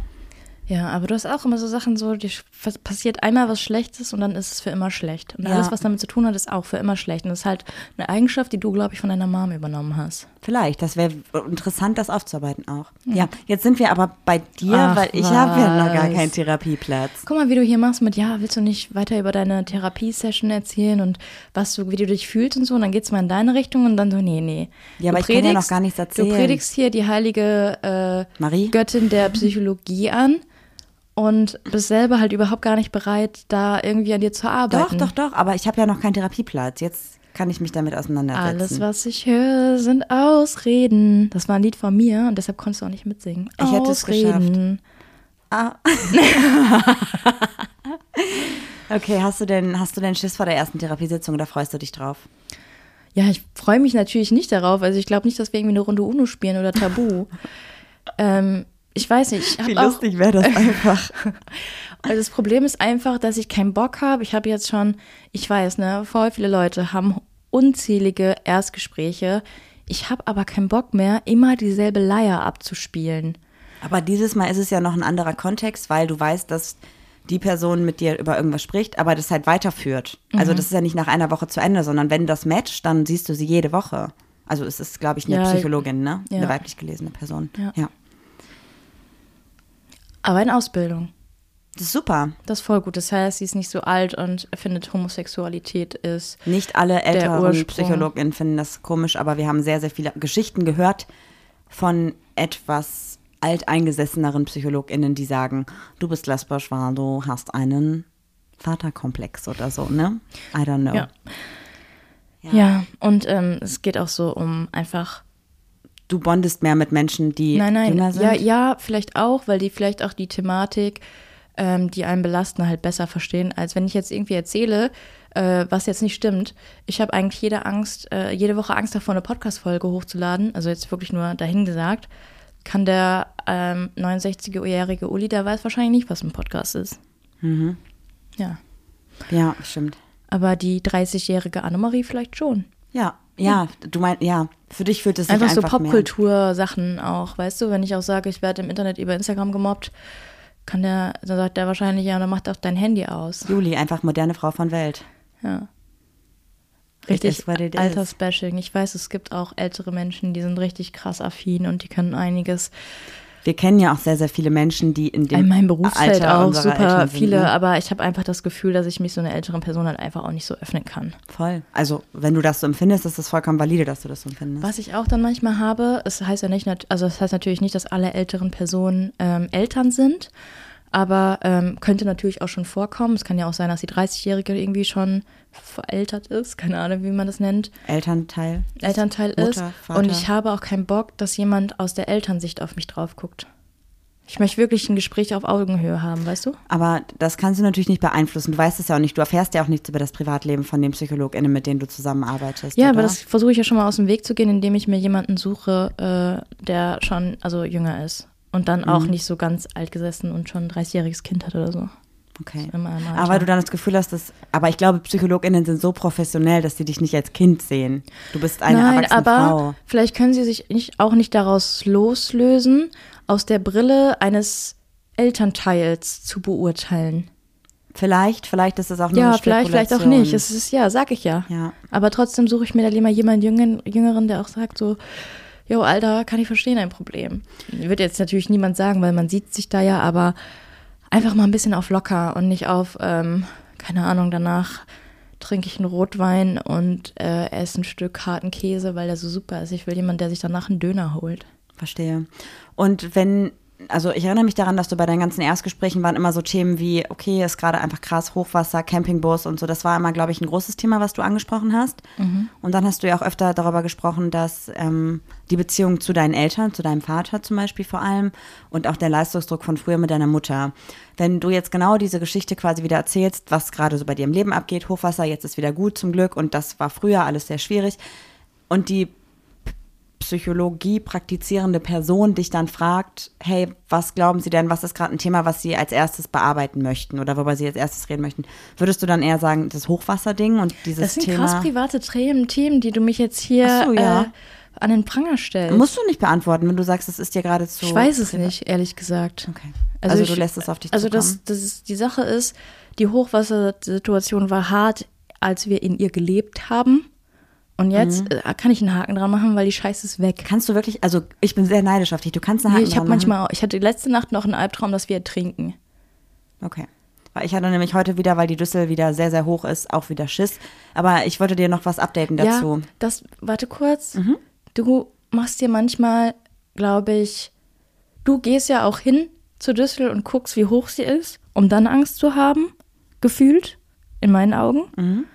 [SPEAKER 1] Ja, aber du hast auch immer so Sachen, so dir sch- was- passiert einmal was Schlechtes und dann ist es für immer schlecht. Und
[SPEAKER 2] Ja.
[SPEAKER 1] alles, was damit zu tun hat, ist auch für immer schlecht. Und das ist halt eine Eigenschaft, die du, glaube ich, von deiner Mom übernommen hast.
[SPEAKER 2] Vielleicht, das wäre interessant, das aufzuarbeiten auch. Ja, jetzt sind wir aber bei dir,
[SPEAKER 1] Ach,
[SPEAKER 2] weil ich habe ja noch gar
[SPEAKER 1] was.
[SPEAKER 2] keinen Therapieplatz.
[SPEAKER 1] Guck mal, wie du hier machst mit, ja, willst du nicht weiter über deine Therapiesession erzählen und was du, wie du dich fühlst und so. Und dann geht's mal in deine Richtung und dann so, nee, nee.
[SPEAKER 2] Ja,
[SPEAKER 1] Du
[SPEAKER 2] aber ich kann ja
[SPEAKER 1] predigst-
[SPEAKER 2] noch gar nichts
[SPEAKER 1] Du
[SPEAKER 2] erzählen.
[SPEAKER 1] predigst hier die heilige äh,
[SPEAKER 2] Marie?
[SPEAKER 1] Göttin der Psychologie an und bist selber halt überhaupt gar nicht bereit, da irgendwie an dir zu
[SPEAKER 2] Doch,
[SPEAKER 1] arbeiten.
[SPEAKER 2] doch, doch, aber ich habe ja noch keinen Therapieplatz. Jetzt kann ich mich damit auseinandersetzen.
[SPEAKER 1] Alles, was ich höre, sind Ausreden. Das war ein Lied von mir und deshalb konntest du auch nicht mitsingen.
[SPEAKER 2] Ich hätte es
[SPEAKER 1] Ausreden.
[SPEAKER 2] Ah. okay, hast du, denn, hast du denn Schiss vor der ersten Therapiesitzung oder freust du dich drauf?
[SPEAKER 1] Ja, ich freue mich natürlich nicht darauf. Also ich glaube nicht, dass wir irgendwie eine Runde UNO spielen oder Tabu. ähm, ich weiß nicht. Ich hab auch,
[SPEAKER 2] wäre das einfach.
[SPEAKER 1] Also das Problem ist einfach, dass ich keinen Bock habe. Ich habe jetzt schon, ich weiß, ne, voll viele Leute haben unzählige Erstgespräche. Ich habe aber keinen Bock mehr, immer dieselbe Leier abzuspielen.
[SPEAKER 2] Aber dieses Mal ist es ja noch ein anderer Kontext, weil du weißt, dass die Person mit dir über irgendwas spricht, aber das halt weiterführt.
[SPEAKER 1] Mhm.
[SPEAKER 2] Also das ist ja nicht nach einer Woche zu Ende, sondern wenn das matcht, dann siehst du sie jede Woche. Also es ist, glaube ich, eine
[SPEAKER 1] Ja,
[SPEAKER 2] Psychologin, ne?
[SPEAKER 1] ja.
[SPEAKER 2] Eine weiblich gelesene Person.
[SPEAKER 1] Ja.
[SPEAKER 2] ja.
[SPEAKER 1] Aber in Ausbildung.
[SPEAKER 2] Das ist super.
[SPEAKER 1] Das ist voll gut. Das heißt, sie ist nicht so alt und findet Homosexualität ist.
[SPEAKER 2] Nicht alle älteren
[SPEAKER 1] Ursprung.
[SPEAKER 2] PsychologInnen finden das komisch, aber wir haben sehr, sehr viele Geschichten gehört von etwas alteingesesseneren PsychologInnen, die sagen, du bist lesbisch, weil du hast einen Vaterkomplex oder so, ne? I don't know.
[SPEAKER 1] Ja. Ja, und ähm, es geht auch so um einfach.
[SPEAKER 2] Du bondest mehr mit Menschen, die
[SPEAKER 1] Nein,
[SPEAKER 2] jünger
[SPEAKER 1] nein,
[SPEAKER 2] sind?
[SPEAKER 1] ja, ja, vielleicht auch, weil die vielleicht auch die Thematik, ähm, die einen belasten, halt besser verstehen, als wenn ich jetzt irgendwie erzähle, äh, was jetzt nicht stimmt. Ich habe eigentlich jede Angst, äh, jede Woche Angst davor, eine Podcast-Folge hochzuladen. Also jetzt wirklich nur dahin gesagt. Kann der ähm, 69-jährige Uli, der weiß wahrscheinlich nicht, was ein Podcast ist. Ja.
[SPEAKER 2] Ja, stimmt.
[SPEAKER 1] Aber die 30-jährige Annemarie vielleicht schon.
[SPEAKER 2] Ja, ja, du meinst, ja, für dich fühlt es sich
[SPEAKER 1] Einfach so
[SPEAKER 2] mehr an.
[SPEAKER 1] Popkultur-Sachen auch, weißt du? Wenn ich auch sage, ich werde im Internet über Instagram gemobbt, kann der, dann sagt der wahrscheinlich, ja, dann macht auch dein Handy aus.
[SPEAKER 2] Juli, einfach moderne Frau von Welt.
[SPEAKER 1] Ja.
[SPEAKER 2] It
[SPEAKER 1] Richtig
[SPEAKER 2] is what it is.
[SPEAKER 1] Altersbashing. Ich weiß, es gibt auch ältere Menschen, die sind richtig krass affin und die können einiges.
[SPEAKER 2] Wir kennen ja auch sehr, sehr viele Menschen, die in dem
[SPEAKER 1] In meinem Berufsfeld
[SPEAKER 2] Alter
[SPEAKER 1] auch
[SPEAKER 2] unserer
[SPEAKER 1] super
[SPEAKER 2] Eltern sind,
[SPEAKER 1] viele,
[SPEAKER 2] ne?
[SPEAKER 1] aber ich habe einfach das Gefühl, dass ich mich so einer älteren Person halt einfach auch nicht so öffnen kann.
[SPEAKER 2] Voll. Also, wenn du das so empfindest, ist das vollkommen valide, dass du das so empfindest.
[SPEAKER 1] Was ich auch dann manchmal habe, es heißt ja nicht, nat- also es heißt natürlich nicht, dass alle älteren Personen ähm, Eltern sind, aber ähm, könnte natürlich auch schon vorkommen. Es kann ja auch sein, dass die 30-Jährige irgendwie schon verältert ist, keine Ahnung, wie man das nennt,
[SPEAKER 2] Elternteil?
[SPEAKER 1] Elternteil
[SPEAKER 2] Mutter,
[SPEAKER 1] ist.
[SPEAKER 2] Vater.
[SPEAKER 1] Und ich habe auch keinen Bock, dass jemand aus der Elternsicht auf mich drauf guckt. Ich möchte wirklich ein Gespräch auf Augenhöhe haben, weißt du?
[SPEAKER 2] Aber das kannst du natürlich nicht beeinflussen. Du weißt es ja auch nicht. Du erfährst ja auch nichts über das Privatleben von den PsychologInnen, mit denen du zusammenarbeitest.
[SPEAKER 1] Ja,
[SPEAKER 2] oder?
[SPEAKER 1] aber das versuche ich ja schon mal aus dem Weg zu gehen, indem ich mir jemanden suche, äh, der schon, also jünger ist. Und dann
[SPEAKER 2] Mhm.
[SPEAKER 1] auch nicht so ganz alt gesessen und schon ein 30-jähriges Kind hat oder so.
[SPEAKER 2] Okay.
[SPEAKER 1] in meinem Alter.
[SPEAKER 2] Aber du dann das Gefühl hast, dass. Aber ich glaube, PsychologInnen sind so professionell, dass sie dich nicht als Kind sehen. Du bist eine
[SPEAKER 1] Nein,
[SPEAKER 2] erwachsene
[SPEAKER 1] aber
[SPEAKER 2] Frau.
[SPEAKER 1] vielleicht können sie sich nicht, auch nicht daraus loslösen, aus der Brille eines Elternteils zu beurteilen.
[SPEAKER 2] Vielleicht, vielleicht ist das auch nur
[SPEAKER 1] ja,
[SPEAKER 2] eine
[SPEAKER 1] vielleicht, vielleicht auch
[SPEAKER 2] Spekulation.
[SPEAKER 1] nicht. Es ist ja, sag ich ja.
[SPEAKER 2] Ja.
[SPEAKER 1] Aber trotzdem suche ich mir da lieber jemanden Jüngeren, Jüngeren, der auch sagt so, jo, Alter, kann ich verstehen, ein Problem. Wird jetzt natürlich niemand sagen, weil man sieht sich da ja, aber einfach mal ein bisschen auf locker und nicht auf, ähm, keine Ahnung, danach trinke ich einen Rotwein und äh, esse ein Stück harten Käse, weil der so super ist. Ich will jemanden, der sich danach einen Döner holt.
[SPEAKER 2] Verstehe. Und wenn, also ich erinnere mich daran, dass du bei deinen ganzen Erstgesprächen waren immer so Themen wie, okay, ist gerade einfach krass, Hochwasser, Campingbus und so. Das war immer, glaube ich, ein großes Thema, was du angesprochen hast. Und dann hast du ja auch öfter darüber gesprochen, dass ähm, die Beziehung zu deinen Eltern, zu deinem Vater zum Beispiel vor allem und auch der Leistungsdruck von früher mit deiner Mutter. Wenn du jetzt genau diese Geschichte quasi wieder erzählst, was gerade so bei dir im Leben abgeht, Hochwasser, jetzt ist wieder gut zum Glück und das war früher alles sehr schwierig. Und die Psychologie praktizierende Person dich dann fragt, hey, was glauben Sie denn, was ist gerade ein Thema, was Sie als erstes bearbeiten möchten oder worüber Sie als erstes reden möchten, würdest du dann eher sagen, das Hochwasserding und dieses
[SPEAKER 1] Das sind
[SPEAKER 2] Thema
[SPEAKER 1] krass private Themen, Themen, die du mich jetzt hier
[SPEAKER 2] Ach so, ja.
[SPEAKER 1] äh, an den Pranger stellst.
[SPEAKER 2] musst du nicht beantworten, wenn du sagst, es ist dir gerade zu
[SPEAKER 1] ich weiß es nicht, ehrlich gesagt.
[SPEAKER 2] Okay. Also, du lässt es auf dich
[SPEAKER 1] Also
[SPEAKER 2] zukommen.
[SPEAKER 1] das, das ist, die Sache ist, die Hochwassersituation war hart, als wir in ihr gelebt haben. Und jetzt
[SPEAKER 2] Mhm.
[SPEAKER 1] äh, kann ich einen Haken dran machen, weil die Scheiße ist weg.
[SPEAKER 2] Kannst du wirklich, also ich bin sehr neidisch auf dich, du kannst eine
[SPEAKER 1] Nee,
[SPEAKER 2] Haken
[SPEAKER 1] ich habe
[SPEAKER 2] dran machen.
[SPEAKER 1] manchmal, auch- ich hatte letzte Nacht noch einen Albtraum, dass wir ertrinken.
[SPEAKER 2] Okay. Weil ich hatte nämlich heute wieder, weil die Düssel wieder sehr, sehr hoch ist, auch wieder Schiss. Aber ich wollte dir noch was updaten dazu.
[SPEAKER 1] Ja, das, warte kurz. Du machst dir manchmal, glaube ich, du gehst ja auch hin zu Düssel und guckst, wie hoch sie ist, um dann Angst zu haben, gefühlt, in meinen Augen.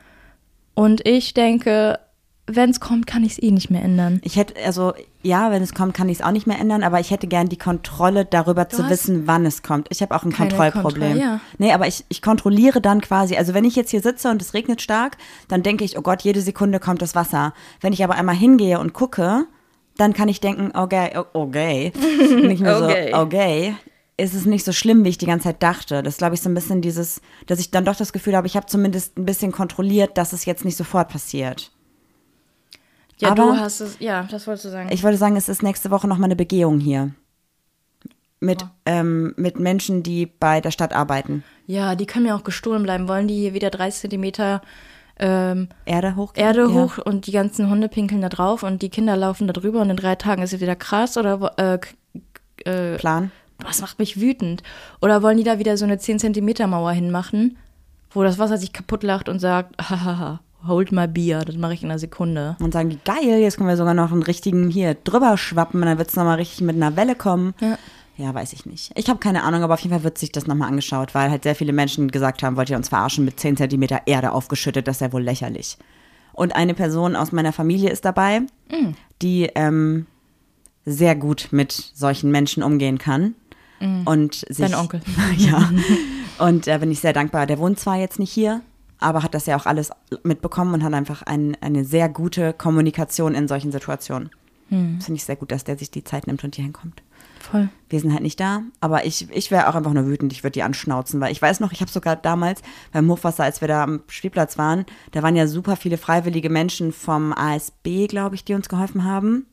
[SPEAKER 1] Und ich denke, wenn es kommt, kann ich es eh nicht mehr ändern.
[SPEAKER 2] Ich hätte, also ja, wenn es kommt, kann ich es auch nicht mehr ändern, aber ich hätte gern die Kontrolle darüber zu
[SPEAKER 1] hast
[SPEAKER 2] wissen, wann es kommt. Ich habe auch ein
[SPEAKER 1] keine
[SPEAKER 2] Kontrollproblem.
[SPEAKER 1] Kontrolle, ja.
[SPEAKER 2] Nee, aber ich, ich kontrolliere dann quasi, also wenn ich jetzt hier sitze und es regnet stark, dann denke ich, oh Gott, jede Sekunde kommt das Wasser. Wenn ich aber einmal hingehe und gucke, dann kann ich denken, okay, o- okay, nicht mehr
[SPEAKER 1] Okay.
[SPEAKER 2] so, okay, ist es nicht so schlimm, wie ich die ganze Zeit dachte. Das glaube ich so ein bisschen dieses, dass ich dann doch das Gefühl habe, ich habe zumindest ein bisschen kontrolliert, dass es jetzt nicht sofort passiert.
[SPEAKER 1] Ja,
[SPEAKER 2] Aber-
[SPEAKER 1] du hast es, ja, das wolltest du sagen.
[SPEAKER 2] Ich wollte sagen, es ist nächste Woche nochmal eine Begehung hier. Mit, ähm, mit Menschen, die bei der Stadt arbeiten.
[SPEAKER 1] ja, die können mir auch gestohlen bleiben. Wollen die hier wieder 30 Zentimeter ähm,
[SPEAKER 2] Erde hoch?
[SPEAKER 1] Erde
[SPEAKER 2] Ja.
[SPEAKER 1] hoch und die ganzen Hunde pinkeln da drauf und die Kinder laufen da drüber und in drei Tagen ist es wieder krass oder wo- äh, k- k- äh,
[SPEAKER 2] Plan.
[SPEAKER 1] was macht mich wütend? Oder wollen die da wieder so eine 10 Zentimeter Mauer hinmachen, wo das Wasser sich kaputt lacht und sagt, hahaha, hold my beer, das mache ich in einer Sekunde.
[SPEAKER 2] Und sagen die, geil, jetzt können wir sogar noch einen richtigen hier drüber schwappen und dann wird es nochmal richtig mit einer Welle kommen.
[SPEAKER 1] Ja.
[SPEAKER 2] Ja, weiß ich nicht. Ich habe keine Ahnung, aber auf jeden Fall wird sich das nochmal angeschaut, weil halt sehr viele Menschen gesagt haben, wollt ihr uns verarschen mit 10 Zentimeter Erde aufgeschüttet, das ist ja wohl lächerlich. Und eine Person aus meiner Familie ist dabei,
[SPEAKER 1] Mhm.
[SPEAKER 2] die ähm, sehr gut mit solchen Menschen umgehen kann. Und sich,
[SPEAKER 1] Mhm. Dein Onkel.
[SPEAKER 2] ja. Und da bin ich sehr dankbar. Der wohnt zwar jetzt nicht hier, aber hat das ja auch alles mitbekommen und hat einfach ein, eine sehr gute Kommunikation in solchen Situationen. Das finde ich sehr gut, dass der sich die Zeit nimmt und hier hinkommt.
[SPEAKER 1] Voll.
[SPEAKER 2] Wir sind halt nicht da, aber ich, ich wäre auch einfach nur wütend, ich würde die anschnauzen, weil ich weiß noch, ich habe sogar damals beim Hochwasser, als wir da am Spielplatz waren, da waren ja super viele freiwillige Menschen vom ASB, glaube ich, die uns geholfen haben.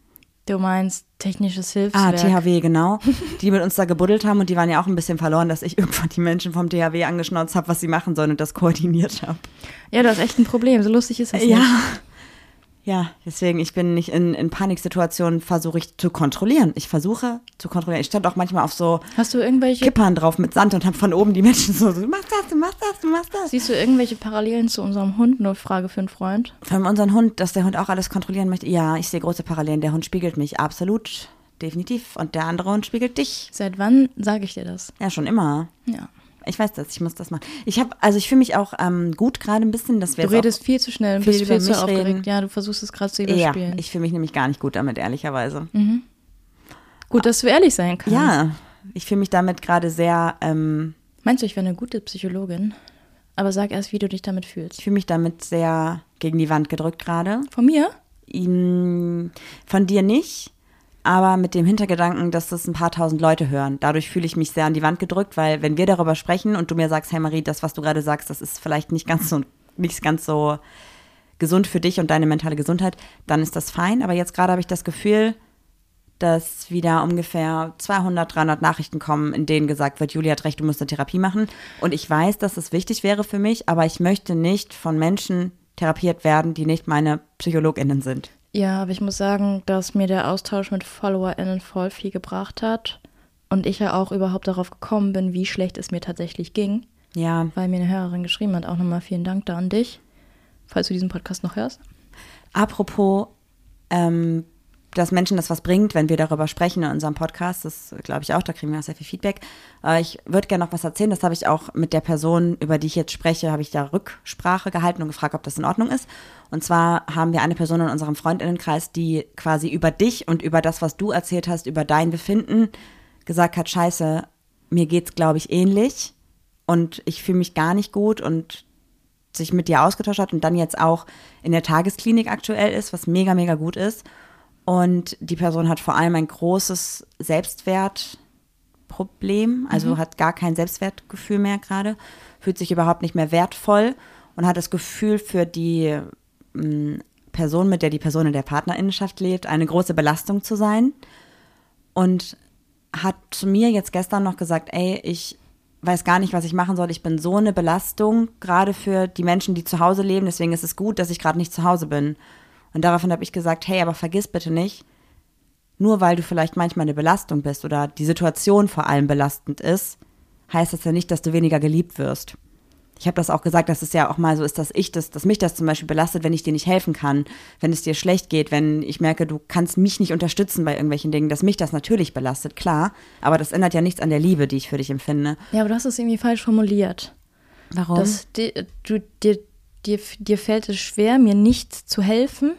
[SPEAKER 1] Du meinst technisches
[SPEAKER 2] Ah,
[SPEAKER 1] Hilfswerk.
[SPEAKER 2] THW, genau. Die mit uns da gebuddelt haben und die waren ja auch ein bisschen verloren, dass ich irgendwann die Menschen vom THW angeschnauzt habe, was sie machen sollen und das koordiniert habe.
[SPEAKER 1] ja, du hast echt ein Problem, so lustig ist das nicht.
[SPEAKER 2] Ja. Ja, deswegen, ich bin nicht in, in Paniksituationen, versuche ich zu kontrollieren. Ich versuche zu kontrollieren. Ich stand auch manchmal auf so
[SPEAKER 1] Hast du irgendwelche,
[SPEAKER 2] Kippern drauf mit Sand und habe von oben die Menschen so, so, du machst das, du machst das, du machst das.
[SPEAKER 1] siehst du irgendwelche Parallelen zu unserem Hund? Nur Frage für einen Freund.
[SPEAKER 2] Von unseren Hund, dass der Hund auch alles kontrollieren möchte. Ja, ich sehe große Parallelen. Der Hund spiegelt mich, absolut, definitiv. Und der andere Hund spiegelt dich.
[SPEAKER 1] Seit wann sage ich dir das?
[SPEAKER 2] Ja, schon immer.
[SPEAKER 1] Ja.
[SPEAKER 2] Ich weiß das, ich muss das machen. Ich habe, also ich fühle mich auch ähm, gut gerade ein bisschen, dass wir
[SPEAKER 1] Du
[SPEAKER 2] jetzt auch-
[SPEAKER 1] redest viel zu schnell und
[SPEAKER 2] viel
[SPEAKER 1] bist
[SPEAKER 2] über
[SPEAKER 1] viel zu
[SPEAKER 2] mich
[SPEAKER 1] aufgeregt.
[SPEAKER 2] reden.
[SPEAKER 1] Ja, du versuchst es gerade zu
[SPEAKER 2] Ja,
[SPEAKER 1] überspielen.
[SPEAKER 2] ich fühle mich nämlich gar nicht gut damit, ehrlicherweise.
[SPEAKER 1] Mhm. Gut, dass du ehrlich sein kannst.
[SPEAKER 2] Ja, ich fühle mich damit gerade sehr, ähm,
[SPEAKER 1] Meinst du, ich wäre eine gute Psychologin? Aber sag erst, wie du dich damit fühlst.
[SPEAKER 2] ich fühle mich damit sehr gegen die Wand gedrückt gerade.
[SPEAKER 1] Von mir?
[SPEAKER 2] Mm, Von dir nicht, aber mit dem Hintergedanken, dass das ein paar tausend Leute hören. Dadurch fühle ich mich sehr an die Wand gedrückt, weil wenn wir darüber sprechen und du mir sagst, hey Marie, das, was du gerade sagst, das ist vielleicht nicht ganz so, nicht ganz so gesund für dich und deine mentale Gesundheit, dann ist das fein. Aber jetzt gerade habe ich das Gefühl, dass wieder ungefähr 200, 300 Nachrichten kommen, in denen gesagt wird, Julia hat recht, du musst eine Therapie machen. Und ich weiß, dass es wichtig wäre für mich, aber ich möchte nicht von Menschen therapiert werden, die nicht meine PsychologInnen sind.
[SPEAKER 1] Ja, aber ich muss sagen, dass mir der Austausch mit FollowerInnen voll viel gebracht hat. Und ich ja auch überhaupt darauf gekommen bin, wie schlecht es mir tatsächlich ging.
[SPEAKER 2] Ja,
[SPEAKER 1] Weil mir eine Hörerin geschrieben hat. Auch nochmal vielen Dank da an dich. Falls du diesen Podcast noch hörst.
[SPEAKER 2] apropos, ähm, dass Menschen das was bringt, wenn wir darüber sprechen in unserem Podcast, das glaube ich auch, da kriegen wir auch sehr viel Feedback. Äh, ich würde gerne noch was erzählen, das habe ich auch mit der Person, über die ich jetzt spreche, habe ich da Rücksprache gehalten und gefragt, ob das in Ordnung ist. Und zwar haben wir eine Person in unserem Freundinnenkreis, die quasi über dich und über das, was du erzählt hast, über dein Befinden gesagt hat, scheiße, mir geht's, glaube ich, ähnlich und ich fühle mich gar nicht gut und sich mit dir ausgetauscht hat und dann jetzt auch in der Tagesklinik aktuell ist, was mega, mega gut ist. Und die Person hat vor allem ein großes Selbstwertproblem, also hat gar kein Selbstwertgefühl mehr gerade, fühlt sich überhaupt nicht mehr wertvoll und hat das Gefühl für die mh, Person, mit der die Person in der Partnerinnenschaft lebt, eine große Belastung zu sein und hat zu mir jetzt gestern noch gesagt, ey, ich weiß gar nicht, was ich machen soll. Ich bin so eine Belastung, gerade für die Menschen, die zu Hause leben. Deswegen ist es gut, dass ich gerade nicht zu Hause bin. Und daraufhin habe ich gesagt, hey, aber vergiss bitte nicht, nur weil du vielleicht manchmal eine Belastung bist oder die Situation vor allem belastend ist, heißt das ja nicht, dass du weniger geliebt wirst. Ich habe das auch gesagt, dass es ja auch mal so ist, dass ich das, dass mich das zum Beispiel belastet, wenn ich dir nicht helfen kann, wenn es dir schlecht geht, wenn ich merke, du kannst mich nicht unterstützen bei irgendwelchen Dingen, dass mich das natürlich belastet, klar. Aber das ändert ja nichts an der Liebe, die ich für dich empfinde.
[SPEAKER 1] Ja, aber du hast es irgendwie falsch formuliert.
[SPEAKER 2] Warum?
[SPEAKER 1] Dass di, du, dir, dir, dir fällt es schwer, mir nicht zu helfen,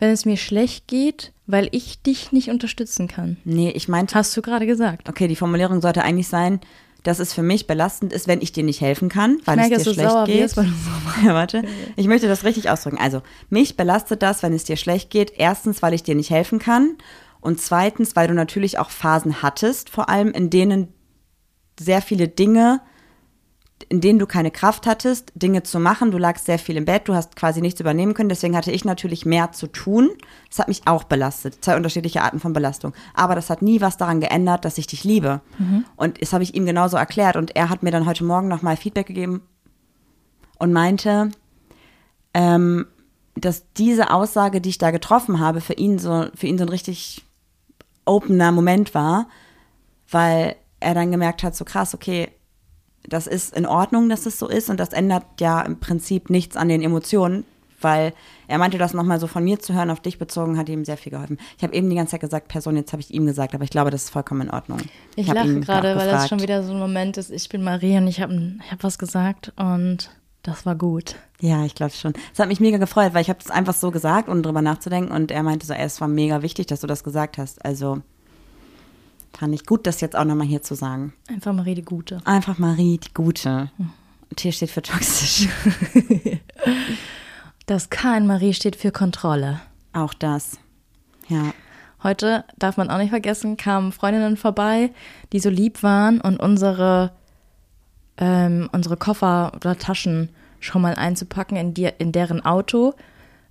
[SPEAKER 1] wenn es mir schlecht geht, weil ich dich nicht unterstützen kann.
[SPEAKER 2] nee, ich meinte,
[SPEAKER 1] Hast du gerade gesagt.
[SPEAKER 2] okay, die Formulierung sollte eigentlich sein, dass es für mich belastend ist, wenn ich dir nicht helfen kann, weil
[SPEAKER 1] merke, dass
[SPEAKER 2] es dir
[SPEAKER 1] du
[SPEAKER 2] schlecht
[SPEAKER 1] sauer
[SPEAKER 2] geht.
[SPEAKER 1] wirst, weil du
[SPEAKER 2] ja, warte. Ich möchte das richtig ausdrücken. Also, mich belastet das, wenn es dir schlecht geht. Erstens, weil ich dir nicht helfen kann. Und zweitens, weil du natürlich auch Phasen hattest, vor allem in denen sehr viele Dinge, in denen du keine Kraft hattest, Dinge zu machen. Du lagst sehr viel im Bett, du hast quasi nichts übernehmen können. Deswegen hatte ich natürlich mehr zu tun. Das hat mich auch belastet. Zwei unterschiedliche Arten von Belastung. Aber das hat nie was daran geändert, dass ich dich liebe.
[SPEAKER 1] Mhm.
[SPEAKER 2] Und das habe ich ihm genauso erklärt. Und er hat mir dann heute Morgen nochmal Feedback gegeben und meinte, ähm, dass diese Aussage, die ich da getroffen habe, für ihn so, für ihn so ein richtig opener Moment war, weil er dann gemerkt hat, so krass, okay, das ist in Ordnung, dass es so ist und das ändert ja im Prinzip nichts an den Emotionen, weil er meinte, das nochmal so von mir zu hören, auf dich bezogen, hat ihm sehr viel geholfen. Ich habe eben die ganze Zeit gesagt, Person, jetzt habe ich ihm gesagt, aber ich glaube, das ist vollkommen in Ordnung.
[SPEAKER 1] Ich
[SPEAKER 2] hab
[SPEAKER 1] lache
[SPEAKER 2] ihn
[SPEAKER 1] gerade,
[SPEAKER 2] auch
[SPEAKER 1] weil das
[SPEAKER 2] gefragt.
[SPEAKER 1] schon wieder so ein Moment ist. Ich bin Marie und ich habe ich hab was gesagt und das war gut.
[SPEAKER 2] Ja, ich glaube schon. Es hat mich mega gefreut, weil ich habe das einfach so gesagt, ohne drüber nachzudenken. Und er meinte so, ey, es war mega wichtig, dass du das gesagt hast. Also fand ich gut, das jetzt auch nochmal hier zu sagen.
[SPEAKER 1] Einfach Marie die Gute.
[SPEAKER 2] Einfach Marie, die Gute. T steht für toxisch.
[SPEAKER 1] Das K in Marie steht für Kontrolle.
[SPEAKER 2] Auch das. Ja.
[SPEAKER 1] Heute, darf man auch nicht vergessen, kamen Freundinnen vorbei, die so lieb waren und unsere, ähm, unsere Koffer oder Taschen schon mal einzupacken in, die, in deren Auto,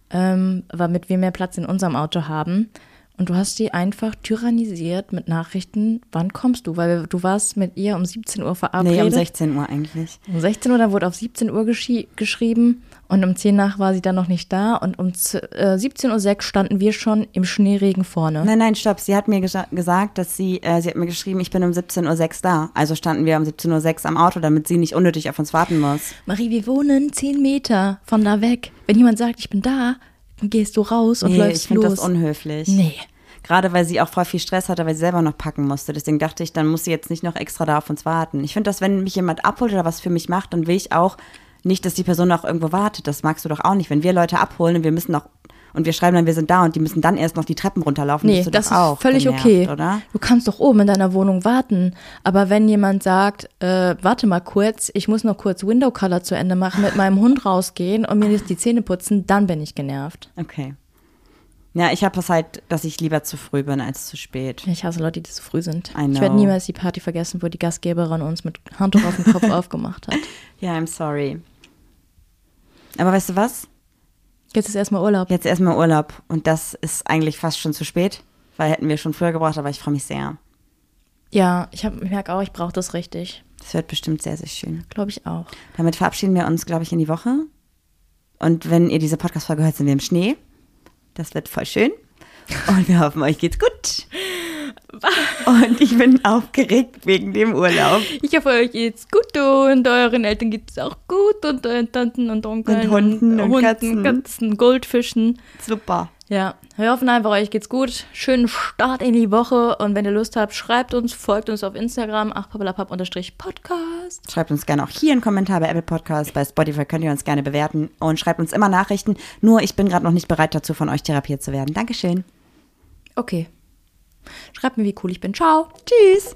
[SPEAKER 1] ähm, damit wir mehr Platz in unserem Auto haben. Und du hast die einfach tyrannisiert mit Nachrichten, wann kommst du? Weil du warst mit ihr um 17 Uhr verabredet.
[SPEAKER 2] Nee, um 16 Uhr eigentlich.
[SPEAKER 1] Um 16 Uhr, dann wurde auf 17 Uhr geschie- geschrieben und um 10 nach war sie dann noch nicht da und um z- äh, 17.06 Uhr standen wir schon im Schneeregen vorne.
[SPEAKER 2] Nein, nein, stopp. Sie hat mir gesa- gesagt, dass sie, äh, sie hat mir geschrieben, ich bin um 17.06 Uhr da. Also standen wir um 17.06 Uhr am Auto, damit sie nicht unnötig auf uns warten muss.
[SPEAKER 1] Marie, wir wohnen 10 Meter von da weg. Wenn jemand sagt, ich bin da, dann gehst du raus und
[SPEAKER 2] Nee,
[SPEAKER 1] läufst
[SPEAKER 2] ich finde
[SPEAKER 1] los.
[SPEAKER 2] das unhöflich.
[SPEAKER 1] nee.
[SPEAKER 2] Gerade weil sie auch voll viel Stress hatte, weil sie selber noch packen musste. Deswegen dachte ich, dann muss sie jetzt nicht noch extra da auf uns warten. Ich finde, dass wenn mich jemand abholt oder was für mich macht, dann will ich auch nicht, dass die Person auch irgendwo wartet. Das magst du doch auch nicht. Wenn wir Leute abholen und wir müssen noch und wir schreiben dann, wir sind da und die müssen dann erst noch die Treppen runterlaufen,
[SPEAKER 1] Nee,
[SPEAKER 2] bist du
[SPEAKER 1] das
[SPEAKER 2] doch
[SPEAKER 1] ist
[SPEAKER 2] auch
[SPEAKER 1] völlig
[SPEAKER 2] genervt,
[SPEAKER 1] okay.
[SPEAKER 2] oder?
[SPEAKER 1] Du kannst doch oben in deiner Wohnung warten. Aber wenn jemand sagt, äh, warte mal kurz, ich muss noch kurz Window Color zu Ende machen, mit meinem Hund rausgehen und mir jetzt die Zähne putzen, dann bin ich genervt.
[SPEAKER 2] Okay. Ja, ich habe es halt, dass ich lieber zu früh bin als zu spät.
[SPEAKER 1] Ich hasse Leute, die zu früh sind.
[SPEAKER 2] I
[SPEAKER 1] Ich werde
[SPEAKER 2] know.
[SPEAKER 1] niemals die Party vergessen, wo die Gastgeberin uns mit Handtuch auf dem Kopf aufgemacht hat.
[SPEAKER 2] Ja, I'm sorry. Aber weißt du was?
[SPEAKER 1] Jetzt ist erstmal Urlaub.
[SPEAKER 2] Jetzt erstmal Urlaub und das ist eigentlich fast schon zu spät, weil hätten wir schon früher gebraucht, aber ich freue mich sehr.
[SPEAKER 1] Ja, ich, hab- ich merke auch, ich brauche das richtig.
[SPEAKER 2] Das wird bestimmt sehr, sehr schön.
[SPEAKER 1] Glaube ich auch.
[SPEAKER 2] Damit verabschieden wir uns, glaube ich, in die Woche. Und wenn ihr diese Podcast-Folge hört, sind wir im Schnee. Das wird voll schön. Und wir hoffen, euch geht's gut. Und ich bin aufgeregt wegen dem Urlaub.
[SPEAKER 1] Ich hoffe, euch geht's gut und euren Eltern geht's auch gut und euren Tanten und Onkeln
[SPEAKER 2] Und Hunden und
[SPEAKER 1] Hunden,
[SPEAKER 2] Katzen.
[SPEAKER 1] Katzen, Goldfischen.
[SPEAKER 2] Super.
[SPEAKER 1] Ja, wir hoffen einfach, euch geht's gut. Schönen Start in die Woche und wenn ihr Lust habt, schreibt uns, folgt uns auf Instagram, achpapalapap-podcast.
[SPEAKER 2] Schreibt uns gerne auch hier einen Kommentar bei Apple Podcasts. Bei Spotify könnt ihr uns gerne bewerten. Und schreibt uns immer Nachrichten. Nur ich bin gerade noch nicht bereit dazu, von euch therapiert zu werden. Dankeschön.
[SPEAKER 1] Okay. Schreibt mir, wie cool ich bin. Ciao.
[SPEAKER 2] Tschüss.